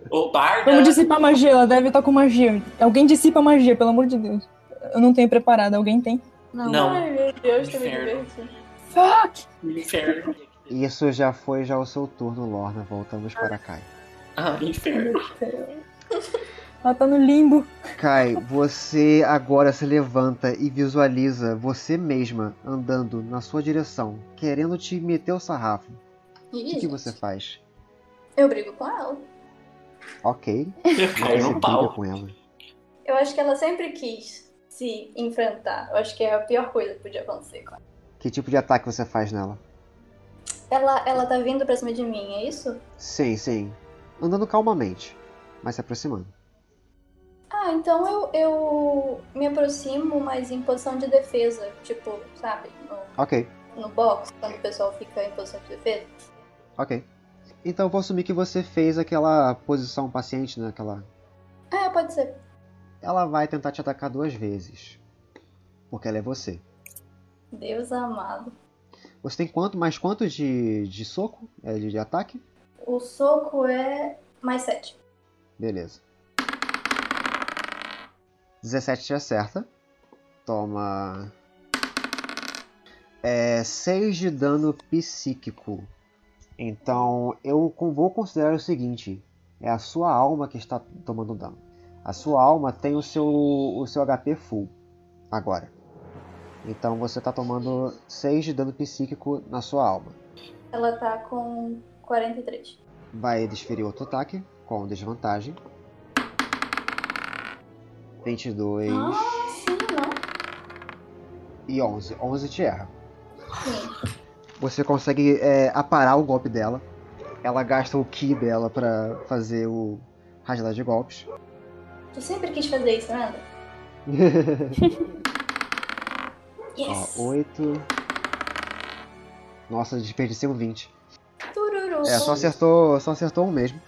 [SPEAKER 6] Ô, Barda!
[SPEAKER 4] Vamos dissipar magia, ela deve estar com magia. Alguém dissipa magia, pelo amor de Deus. Eu não tenho preparado, alguém tem?
[SPEAKER 6] Não.
[SPEAKER 2] Ai, meu Deus, tô me
[SPEAKER 6] Inferno.
[SPEAKER 2] divertindo.
[SPEAKER 4] Fuck!
[SPEAKER 6] Inferno.
[SPEAKER 1] Isso já foi já o seu turno, Lorna. Voltamos para Kai.
[SPEAKER 6] Ah, inferno.
[SPEAKER 4] Ela tá no limbo.
[SPEAKER 1] Kai, você agora se levanta e visualiza você mesma andando na sua direção, querendo te meter o sarrafo. O
[SPEAKER 2] Ih,
[SPEAKER 1] que, que você faz?
[SPEAKER 2] Eu brigo com ela.
[SPEAKER 1] Ok,
[SPEAKER 6] Eu
[SPEAKER 1] você
[SPEAKER 6] caio no
[SPEAKER 1] briga
[SPEAKER 6] pau.
[SPEAKER 1] com ela.
[SPEAKER 2] Eu acho que ela sempre quis se enfrentar. Eu acho que é a pior coisa que podia acontecer com ela.
[SPEAKER 1] Que tipo de ataque você faz nela?
[SPEAKER 2] Ela, ela tá vindo pra cima de mim, é isso?
[SPEAKER 1] Sim, sim. Andando calmamente, mas se aproximando.
[SPEAKER 2] Ah, então eu, eu me aproximo, mas em posição de defesa. Tipo, sabe? No,
[SPEAKER 1] Ok,
[SPEAKER 2] no box, quando o pessoal fica em posição de defesa.
[SPEAKER 1] ok. Então eu vou assumir que você fez aquela posição paciente, né? Aquela
[SPEAKER 2] Ah, pode ser.
[SPEAKER 1] ela vai tentar te atacar duas vezes. Porque ela é você.
[SPEAKER 2] Deus amado.
[SPEAKER 1] Você tem quanto mais quanto de, de soco? É, de, de ataque?
[SPEAKER 2] O soco é mais 7.
[SPEAKER 1] Beleza. 17 te acerta. Toma. É, 6 de dano psíquico. Então eu con- vou considerar o seguinte: é a sua alma que está tomando dano. A sua alma tem o seu, o seu HP full agora. Então você está tomando 6 de dano psíquico na sua alma.
[SPEAKER 2] Ela tá com 43.
[SPEAKER 1] Vai desferir outro ataque com desvantagem. 22
[SPEAKER 2] Ah, sim, não.
[SPEAKER 1] e 11. 11 te erra.
[SPEAKER 2] Sim.
[SPEAKER 1] Você consegue é, aparar o golpe dela. Ela gasta o ki dela pra fazer o rasgar de golpes.
[SPEAKER 2] Tu sempre quis fazer isso, né, Nanda? Yes!
[SPEAKER 1] Ó, 8. Nossa, desperdicei um 20.
[SPEAKER 2] Tururu.
[SPEAKER 1] É, só acertou, só acertou um mesmo.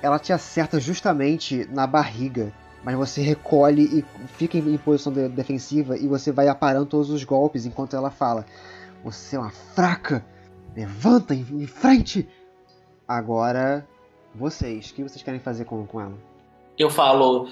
[SPEAKER 1] Ela te acerta justamente na barriga, mas você recolhe e fica em, em posição de- defensiva e você vai aparando todos os golpes enquanto ela fala: Você é uma fraca! Levanta em, em frente! Agora, vocês, o que vocês querem fazer com, com ela?
[SPEAKER 6] Eu falo,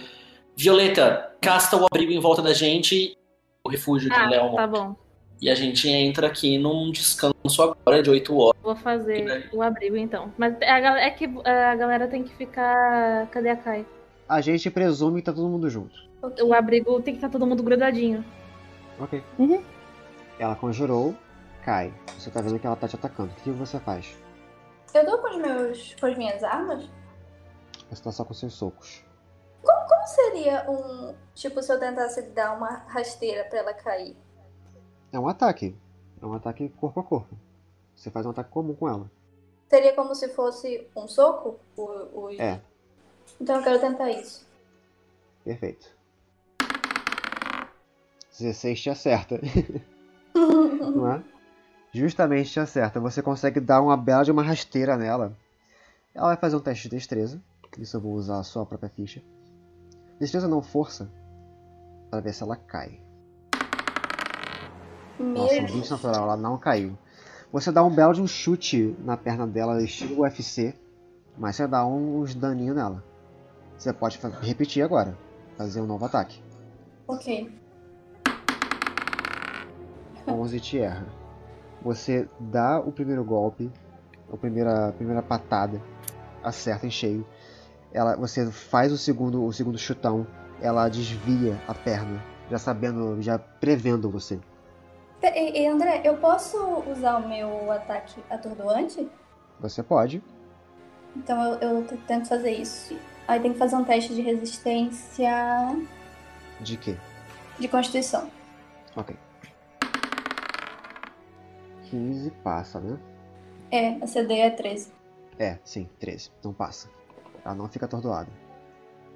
[SPEAKER 6] Violeta, casta o abrigo em volta da gente, o refúgio de
[SPEAKER 3] Ah,
[SPEAKER 6] Léo.
[SPEAKER 3] tá bom.
[SPEAKER 6] E a gente entra aqui num descanso agora de 8 horas.
[SPEAKER 3] Vou
[SPEAKER 6] E daí?
[SPEAKER 3] fazer o abrigo então. Mas a gal- é que a galera tem que ficar. Cadê a Kai?
[SPEAKER 1] A gente presume que tá todo mundo junto.
[SPEAKER 2] Ok.
[SPEAKER 3] O abrigo tem que estar todo mundo grudadinho.
[SPEAKER 1] Ok.
[SPEAKER 4] Uhum.
[SPEAKER 1] Ela conjurou, cai. Você tá vendo que ela tá te atacando. O que você faz?
[SPEAKER 2] Eu tô com, os meus, com as minhas armas?
[SPEAKER 1] Você tá só com seus socos.
[SPEAKER 2] Como, como seria um. Tipo, se eu tentasse dar uma rasteira pra ela cair?
[SPEAKER 1] É um ataque. É um ataque corpo a corpo. Você faz um ataque comum com ela.
[SPEAKER 2] Seria como se fosse um soco? O, o...
[SPEAKER 1] É.
[SPEAKER 2] Então eu quero tentar isso.
[SPEAKER 1] Perfeito. 16 te acerta, não é? Justamente te acerta. Você consegue dar uma bela de uma rasteira nela. Ela vai fazer um teste de destreza. Isso eu vou usar a sua própria ficha. Destreza não, força. Pra ver se ela cai. Nossa, um
[SPEAKER 2] Meu
[SPEAKER 1] 20 natural, ela não caiu. Você dá um belo de um chute na perna dela, estilo UFC, mas você dá um- uns daninhos nela. Você pode fa- repetir agora, fazer um novo ataque.
[SPEAKER 2] Ok.
[SPEAKER 1] 11 te erra. Você dá o primeiro golpe, a primeira, a primeira patada, acerta em cheio. Ela, você faz o segundo, o segundo chutão, ela desvia a perna, já sabendo, já prevendo você.
[SPEAKER 2] Pe- E, e, André, eu posso usar o meu ataque atordoante?
[SPEAKER 1] Você pode.
[SPEAKER 2] Então eu, eu t- tento fazer isso. Aí tem que fazer um teste de resistência
[SPEAKER 1] De quê?
[SPEAKER 2] de constituição.
[SPEAKER 1] Ok. 15 passa, né?
[SPEAKER 2] É, a CD é 13.
[SPEAKER 1] É, sim, 13. Não passa. Ela não fica atordoada.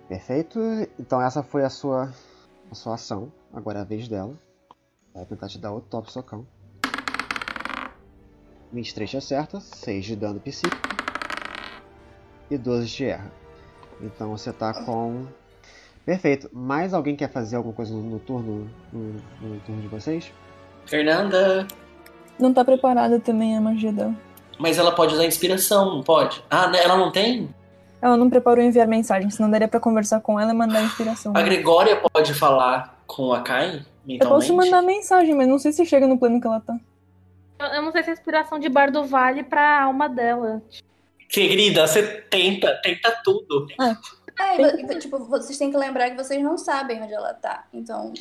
[SPEAKER 1] Perfeito. Então essa foi a sua, a sua ação. Agora é a vez dela. Vai tentar te dar outro top socão. 23 te acerta, 6 de dano psíquico. E 12 te erra. Então você tá com. Perfeito. Mais alguém quer fazer alguma coisa no, no turno? No, no turno de vocês?
[SPEAKER 6] Fernanda,
[SPEAKER 4] Não tá preparada também a magia dela.
[SPEAKER 6] mas ela pode usar inspiração, não pode? Ah, né, ela não tem?
[SPEAKER 4] Ela não preparou enviar mensagem, senão daria pra conversar com ela e mandar inspiração.
[SPEAKER 6] A Gregória pode falar com a Kai mentalmente?
[SPEAKER 4] Eu posso mandar mensagem, mas não sei se chega no plano que ela tá.
[SPEAKER 3] Eu, eu não sei se a inspiração de Bardo vale pra alma dela.
[SPEAKER 6] Querida, você tenta, tenta tudo.
[SPEAKER 2] É, e vo- e, tipo, vocês têm que lembrar que vocês não sabem onde ela tá. Então,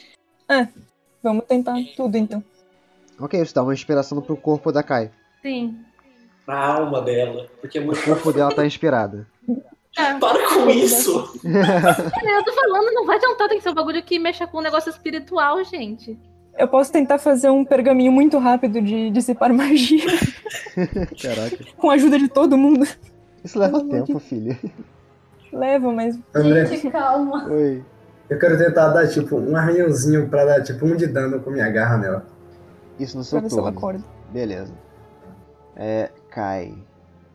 [SPEAKER 4] Vamos tentar tudo então.
[SPEAKER 1] Ok, isso dá uma inspiração pro corpo da Kai.
[SPEAKER 3] Sim.
[SPEAKER 6] A alma dela, porque é muito...
[SPEAKER 1] O corpo dela tá inspirado.
[SPEAKER 3] Tá.
[SPEAKER 6] Para com isso!
[SPEAKER 3] Eu tô falando, não vai adiantar, tem que ser um bagulho que mexa com um negócio espiritual, gente.
[SPEAKER 4] Eu posso tentar fazer um pergaminho muito rápido de dissipar magia
[SPEAKER 1] Caraca.
[SPEAKER 4] com a ajuda de todo mundo.
[SPEAKER 1] Isso leva
[SPEAKER 4] Pelo amor
[SPEAKER 1] tempo, filha.
[SPEAKER 4] Leva, mas
[SPEAKER 5] André,
[SPEAKER 2] gente, calma.
[SPEAKER 1] Oi.
[SPEAKER 5] eu quero tentar dar tipo um arranhãozinho pra dar tipo um de dano com minha garra nela.
[SPEAKER 1] Isso no
[SPEAKER 4] pra
[SPEAKER 1] seu
[SPEAKER 4] ver se ela
[SPEAKER 1] turno.
[SPEAKER 4] acorda.
[SPEAKER 1] Beleza. É, Kai.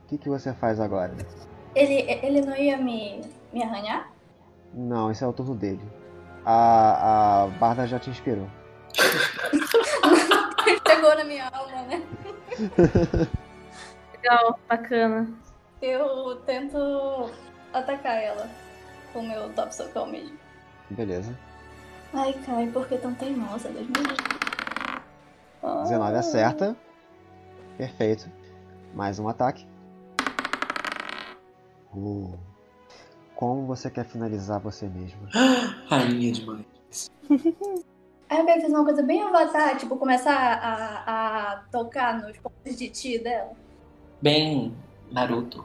[SPEAKER 1] O que, que você faz agora?
[SPEAKER 2] Ele, ele não ia me, me arranhar?
[SPEAKER 1] Não, esse é o turno dele. A, a Barda já te inspirou.
[SPEAKER 2] Chegou na minha alma, né?
[SPEAKER 3] Legal, bacana.
[SPEAKER 2] Eu tento atacar ela com o meu top socão mesmo.
[SPEAKER 1] Beleza.
[SPEAKER 2] Ai, Kai, por que tão teimosa? Deus me livre. Ah.
[SPEAKER 1] 19 acerta. Perfeito. Mais um ataque. Uh. Como você quer finalizar você mesmo?
[SPEAKER 6] Rainha demais.
[SPEAKER 2] Aí eu quero fazer é uma coisa bem avatar, tipo, começar a, a tocar nos pontos de ti dela.
[SPEAKER 6] Bem, Naruto.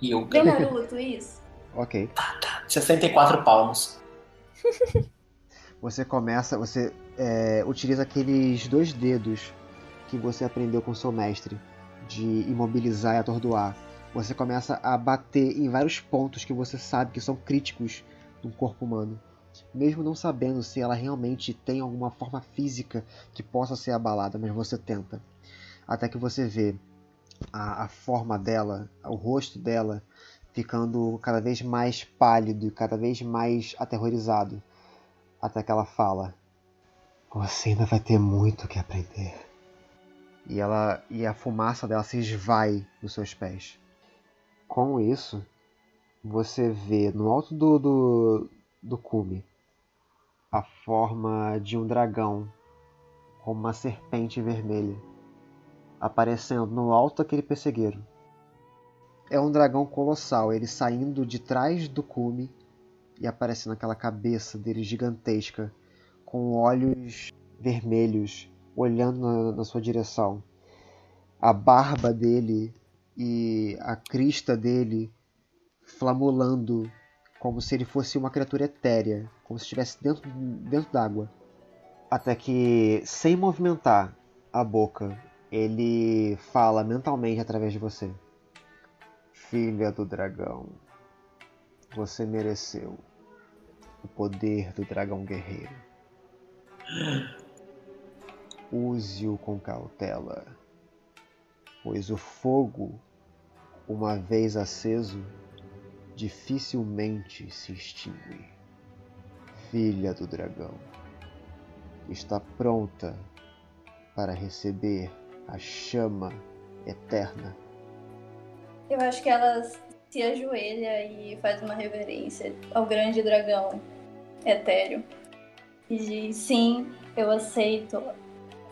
[SPEAKER 6] E eu
[SPEAKER 2] Bem né? Naruto, isso.
[SPEAKER 1] Ok.
[SPEAKER 6] 64 palmos.
[SPEAKER 1] Você começa, você é, utiliza aqueles dois dedos que você aprendeu com seu mestre de imobilizar e atordoar. Você começa a bater em vários pontos que você sabe que são críticos no corpo humano, mesmo não sabendo se ela realmente tem alguma forma física que possa ser abalada, mas você tenta. Até que você vê a, a forma dela, o rosto dela ficando cada vez mais pálido, e cada vez mais aterrorizado até que ela fala: Você ainda vai ter muito o que aprender. E ela e a fumaça dela se esvai dos seus pés. Com isso, você vê no alto do do, do cume a forma de um dragão com uma serpente vermelha aparecendo no alto daquele pessegueiro. É um dragão colossal, ele saindo de trás do cume e aparecendo aquela cabeça dele gigantesca, com olhos vermelhos, olhando na, na sua direção. A barba dele e a crista dele flamulando, como se ele fosse uma criatura etérea, como se estivesse dentro, dentro d'água. Até que, sem movimentar a boca, ele fala mentalmente através de você: Filha do dragão, você mereceu o poder do dragão guerreiro. Use-o com cautela, pois o fogo uma vez aceso, dificilmente se extingue. Filha do dragão, está pronta para receber a chama eterna.
[SPEAKER 2] Eu acho que ela se ajoelha e faz uma reverência ao grande dragão etéreo. E diz: Sim, eu aceito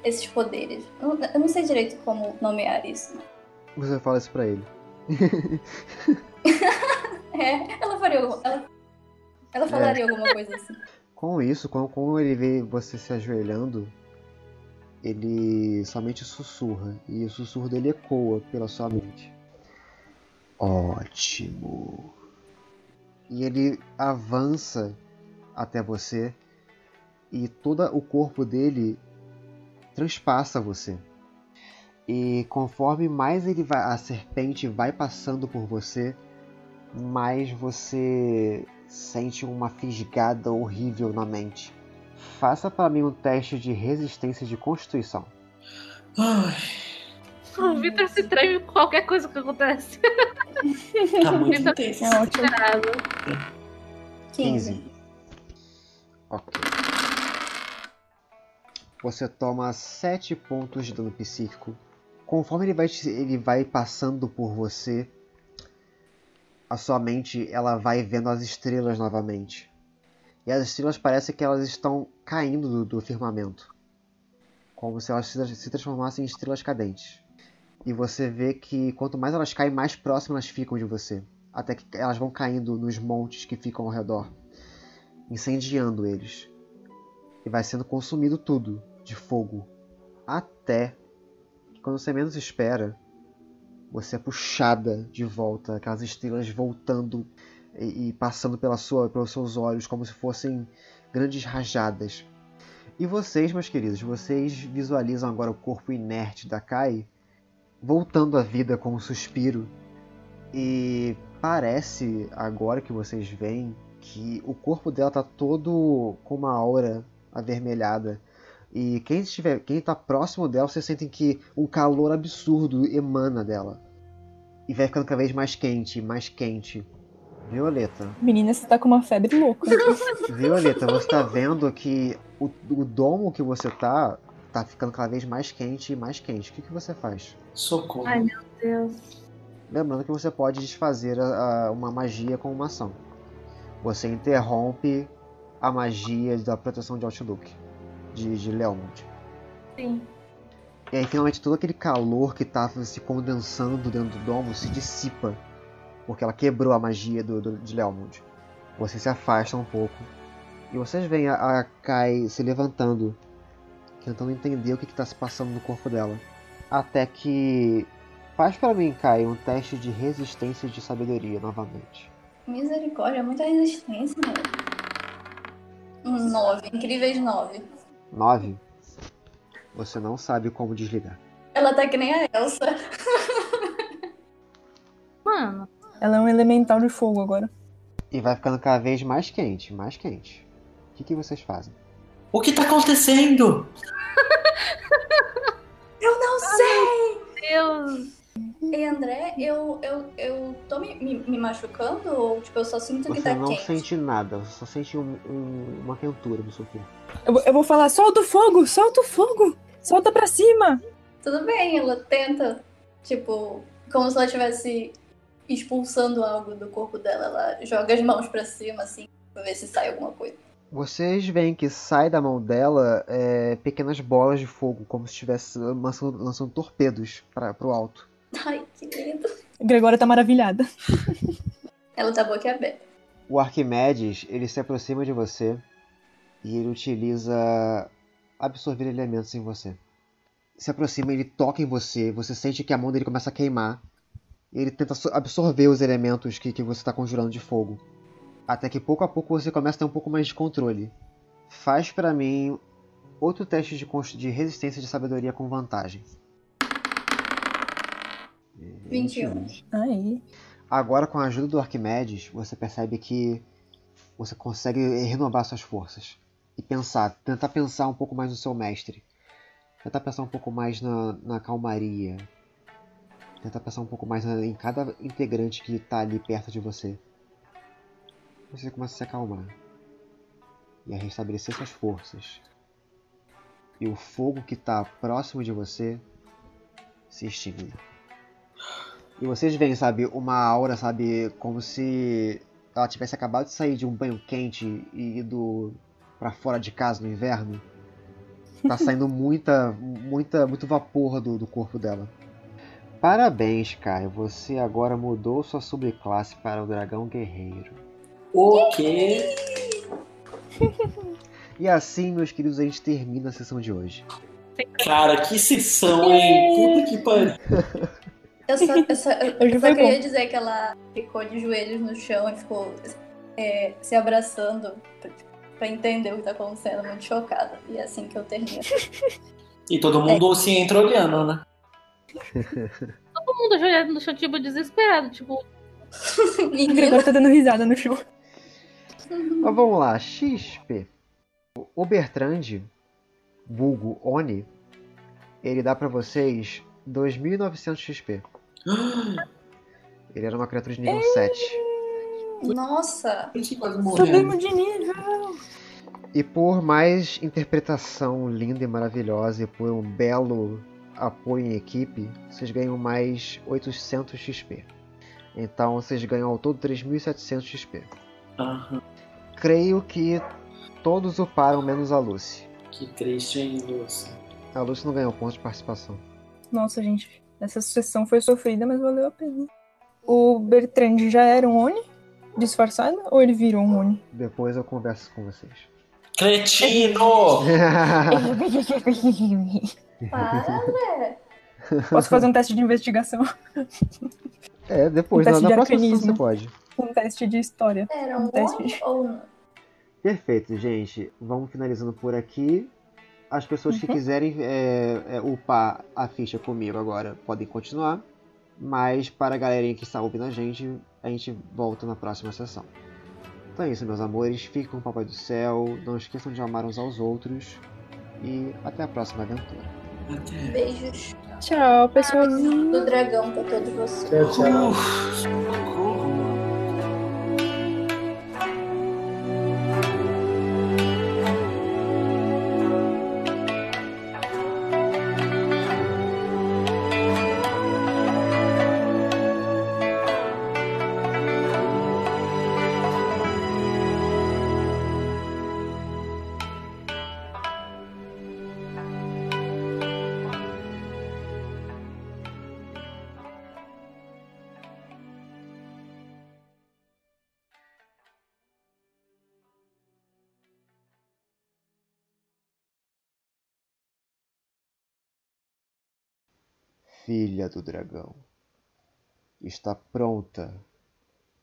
[SPEAKER 2] esses poderes. Eu não- Eu não sei direito como nomear isso.
[SPEAKER 1] Você fala isso pra ele.
[SPEAKER 2] É, ela faria alguma. Ela, ela falaria alguma coisa assim.
[SPEAKER 1] Com isso, com- como ele vê você se ajoelhando, ele somente sussurra. E o sussurro dele ecoa pela sua mente. Ótimo. E ele avança até você e todo o corpo dele transpassa você. E conforme mais ele vai, a serpente vai passando por você, mais você sente uma fisgada horrível na mente. Faça para mim um teste de resistência de constituição.
[SPEAKER 6] Ai,
[SPEAKER 3] Ah, O Vitor se treme com qualquer coisa que acontece.
[SPEAKER 6] tá muito
[SPEAKER 3] Então-
[SPEAKER 6] intenso.
[SPEAKER 4] É ótimo.
[SPEAKER 3] Caralho.
[SPEAKER 2] 15.
[SPEAKER 1] Ok. Você toma 7 pontos de dano psíquico. Conforme ele vai, te- ele vai passando por você, a sua mente ela vai vendo as estrelas novamente. E as estrelas parecem que elas estão caindo do, do firmamento. Como se elas se, tra- se transformassem em estrelas cadentes. E você vê que quanto mais elas caem, mais próximas elas ficam de você. Até que elas vão caindo nos montes que ficam ao redor incendiando eles. E vai sendo consumido tudo de fogo. Até que quando você menos espera, você é puxada de volta, aquelas estrelas voltando e, e passando pela sua, pelos seus olhos como se fossem grandes rajadas. E vocês, meus queridos, vocês visualizam agora o corpo inerte da Kai voltando à vida com um suspiro. E parece, agora que vocês veem, que o corpo dela tá todo com uma aura avermelhada. E quem estiver, quem tá próximo dela, vocês sentem que um calor absurdo emana dela. E vai ficando cada vez mais quente, mais quente. Violeta,
[SPEAKER 4] Menina, você tá com uma febre louca.
[SPEAKER 1] Violeta, você tá vendo que o, o domo que você tá tá ficando cada vez mais quente e mais quente. O que, que você faz?
[SPEAKER 6] Socorro.
[SPEAKER 3] Ai, meu Deus.
[SPEAKER 1] Lembrando que você pode desfazer a- a- uma magia com uma ação. Você interrompe a magia da proteção de Outlook de, de Leomund.
[SPEAKER 3] Sim.
[SPEAKER 1] E aí finalmente todo aquele calor que estava se condensando dentro do domo se dissipa. Porque ela quebrou a magia do, do- de Leomund. Você se afasta um pouco. E vocês veem a, a Kai se levantando. Tentando entender o que está se passando no corpo dela. Até que. Faz para mim, Kai, um teste de resistência de sabedoria novamente.
[SPEAKER 2] Misericórdia, muita resistência, né? Um 9, incríveis 9.
[SPEAKER 1] 9. Você não sabe como desligar.
[SPEAKER 2] Ela tá que nem a Elsa.
[SPEAKER 3] Mano,
[SPEAKER 4] Ela é um elemental de fogo agora.
[SPEAKER 1] E vai ficando cada vez mais quente, mais quente. O que que vocês fazem?
[SPEAKER 6] O que tá acontecendo?
[SPEAKER 2] Eu não sei!
[SPEAKER 3] Deus.
[SPEAKER 2] Ei, Ah, André, eu, eu, eu tô me, me, me machucando ou tipo, eu só sinto que
[SPEAKER 1] Você
[SPEAKER 2] tá
[SPEAKER 1] não
[SPEAKER 2] quente?
[SPEAKER 1] sente nada, você só sente um- um- uma quentura no seu corpo.
[SPEAKER 4] Eu, vou- eu vou falar, solta o fogo, solta o fogo, solta pra cima.
[SPEAKER 2] Tudo bem, ela tenta, tipo, como se ela estivesse expulsando algo do corpo dela. Ela joga as mãos pra cima, assim, pra ver se sai alguma coisa.
[SPEAKER 1] Vocês veem que sai da mão dela é, pequenas bolas de fogo, como se estivesse lançando, lançando torpedos para pro alto.
[SPEAKER 2] Ai, que lindo.
[SPEAKER 4] Gregória tá maravilhada.
[SPEAKER 2] Ela tá boca aberta.
[SPEAKER 1] O Arquimedes, ele se aproxima de você e ele utiliza absorver elementos em você. Se aproxima, ele toca em você, você sente que a mão dele começa a queimar. Ele tenta so- absorver os elementos que, que você está conjurando de fogo. Até que pouco a pouco você começa a ter um pouco mais de controle. Faz pra mim outro teste de, cons- de resistência de sabedoria com vantagem.
[SPEAKER 2] 21.
[SPEAKER 4] Aí.
[SPEAKER 1] Agora, com a ajuda do Arquimedes, você percebe que você consegue renovar suas forças e pensar, tentar pensar um pouco mais no seu mestre, tentar pensar um pouco mais na, na calmaria, Tenta pensar um pouco mais em cada integrante que tá ali perto de você. Você começa a se acalmar e a restabelecer suas forças. E o fogo que tá próximo de você se extingue. E vocês veem, sabe, uma aura, sabe, como se ela tivesse acabado de sair de um banho quente e ido para fora de casa no inverno. Tá saindo muita, muita, muito vapor do, do corpo dela. Parabéns, Caio. Você agora mudou sua subclasse para o dragão guerreiro.
[SPEAKER 6] O quê?
[SPEAKER 1] E assim, meus queridos, a gente termina a sessão de hoje.
[SPEAKER 6] Cara, que sessão, hein? Puta que pariu.
[SPEAKER 2] Eu só, eu só, eu
[SPEAKER 4] Hoje
[SPEAKER 2] só
[SPEAKER 4] foi
[SPEAKER 2] queria
[SPEAKER 4] é bom.
[SPEAKER 2] dizer que ela ficou de joelhos no chão e ficou é, se abraçando pra, pra entender o que tá acontecendo, muito chocada. E é assim que eu termino.
[SPEAKER 6] E todo mundo se entra olhando, né?
[SPEAKER 3] Todo mundo ajoelhado no chão, tipo, desesperado. Tipo,
[SPEAKER 4] O
[SPEAKER 2] Menino,
[SPEAKER 4] Gregório tá dando risada no show.
[SPEAKER 1] Mas vamos lá, XP. O Bertrand, vulgo Oni, ele dá pra vocês 2.900 XP.
[SPEAKER 6] Ah,
[SPEAKER 1] Ele era uma criatura de nível 7.
[SPEAKER 2] nossa!
[SPEAKER 6] Eu tinha quase morrendo.
[SPEAKER 4] Subimos de nível.
[SPEAKER 1] E por mais interpretação linda e maravilhosa e por um belo apoio em equipe, vocês ganham mais 800 XP. Então vocês ganham ao todo 3.700 XP.
[SPEAKER 6] Aham.
[SPEAKER 1] Creio que todos uparam menos a Lucy.
[SPEAKER 6] Que triste, hein, Lúcia?
[SPEAKER 1] A Lucy não ganhou ponto de participação.
[SPEAKER 4] Nossa, gente. Essa sucessão foi sofrida, mas valeu a pena. O Bertrand já era um Oni? Disfarçado? Ou ele virou um Oni?
[SPEAKER 1] Depois eu converso com vocês.
[SPEAKER 6] Cretino!
[SPEAKER 1] É,
[SPEAKER 2] Para, né?
[SPEAKER 4] Posso fazer um teste de investigação?
[SPEAKER 1] é, depois,
[SPEAKER 4] Um
[SPEAKER 1] na,
[SPEAKER 4] teste
[SPEAKER 1] na próxima
[SPEAKER 4] de
[SPEAKER 1] sessão
[SPEAKER 4] arcanismo.
[SPEAKER 1] você pode.
[SPEAKER 4] Um teste de história.
[SPEAKER 2] Era
[SPEAKER 4] Um
[SPEAKER 2] um
[SPEAKER 4] teste.
[SPEAKER 2] homem ou não?
[SPEAKER 1] Perfeito, gente. Vamos finalizando por aqui. As pessoas
[SPEAKER 4] Uhum.
[SPEAKER 1] que quiserem é, é, upar a ficha comigo agora podem continuar. Mas para a galerinha que está ouvindo a gente, a gente volta na próxima sessão. Então é isso, meus amores. Fiquem com o Papai do Céu. Não esqueçam de amar uns aos outros. E até a próxima aventura.
[SPEAKER 6] Até.
[SPEAKER 2] Beijos
[SPEAKER 4] Tchau, pessoal.
[SPEAKER 2] do dragão pra todos vocês.
[SPEAKER 5] Tchau, tchau.
[SPEAKER 6] Uf, socorro.
[SPEAKER 1] filha do dragão, está pronta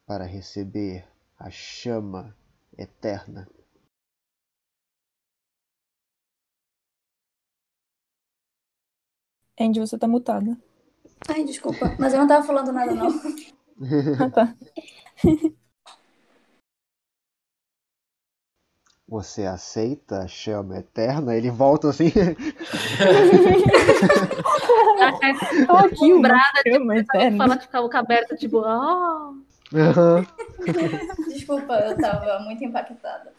[SPEAKER 1] para receber a chama eterna.
[SPEAKER 4] Andy, você tá mutada.
[SPEAKER 2] Ai, desculpa, mas eu não tava falando nada, não.
[SPEAKER 4] Ah, tá.
[SPEAKER 1] Você aceita a chama eterna? Ele volta assim.
[SPEAKER 3] a cara
[SPEAKER 4] Tô aqui, uma
[SPEAKER 3] Lembrada
[SPEAKER 4] chama eterna.
[SPEAKER 3] fala de com a boca aberta, tipo, ó.
[SPEAKER 1] Aham.
[SPEAKER 2] Desculpa, eu tava muito impactada.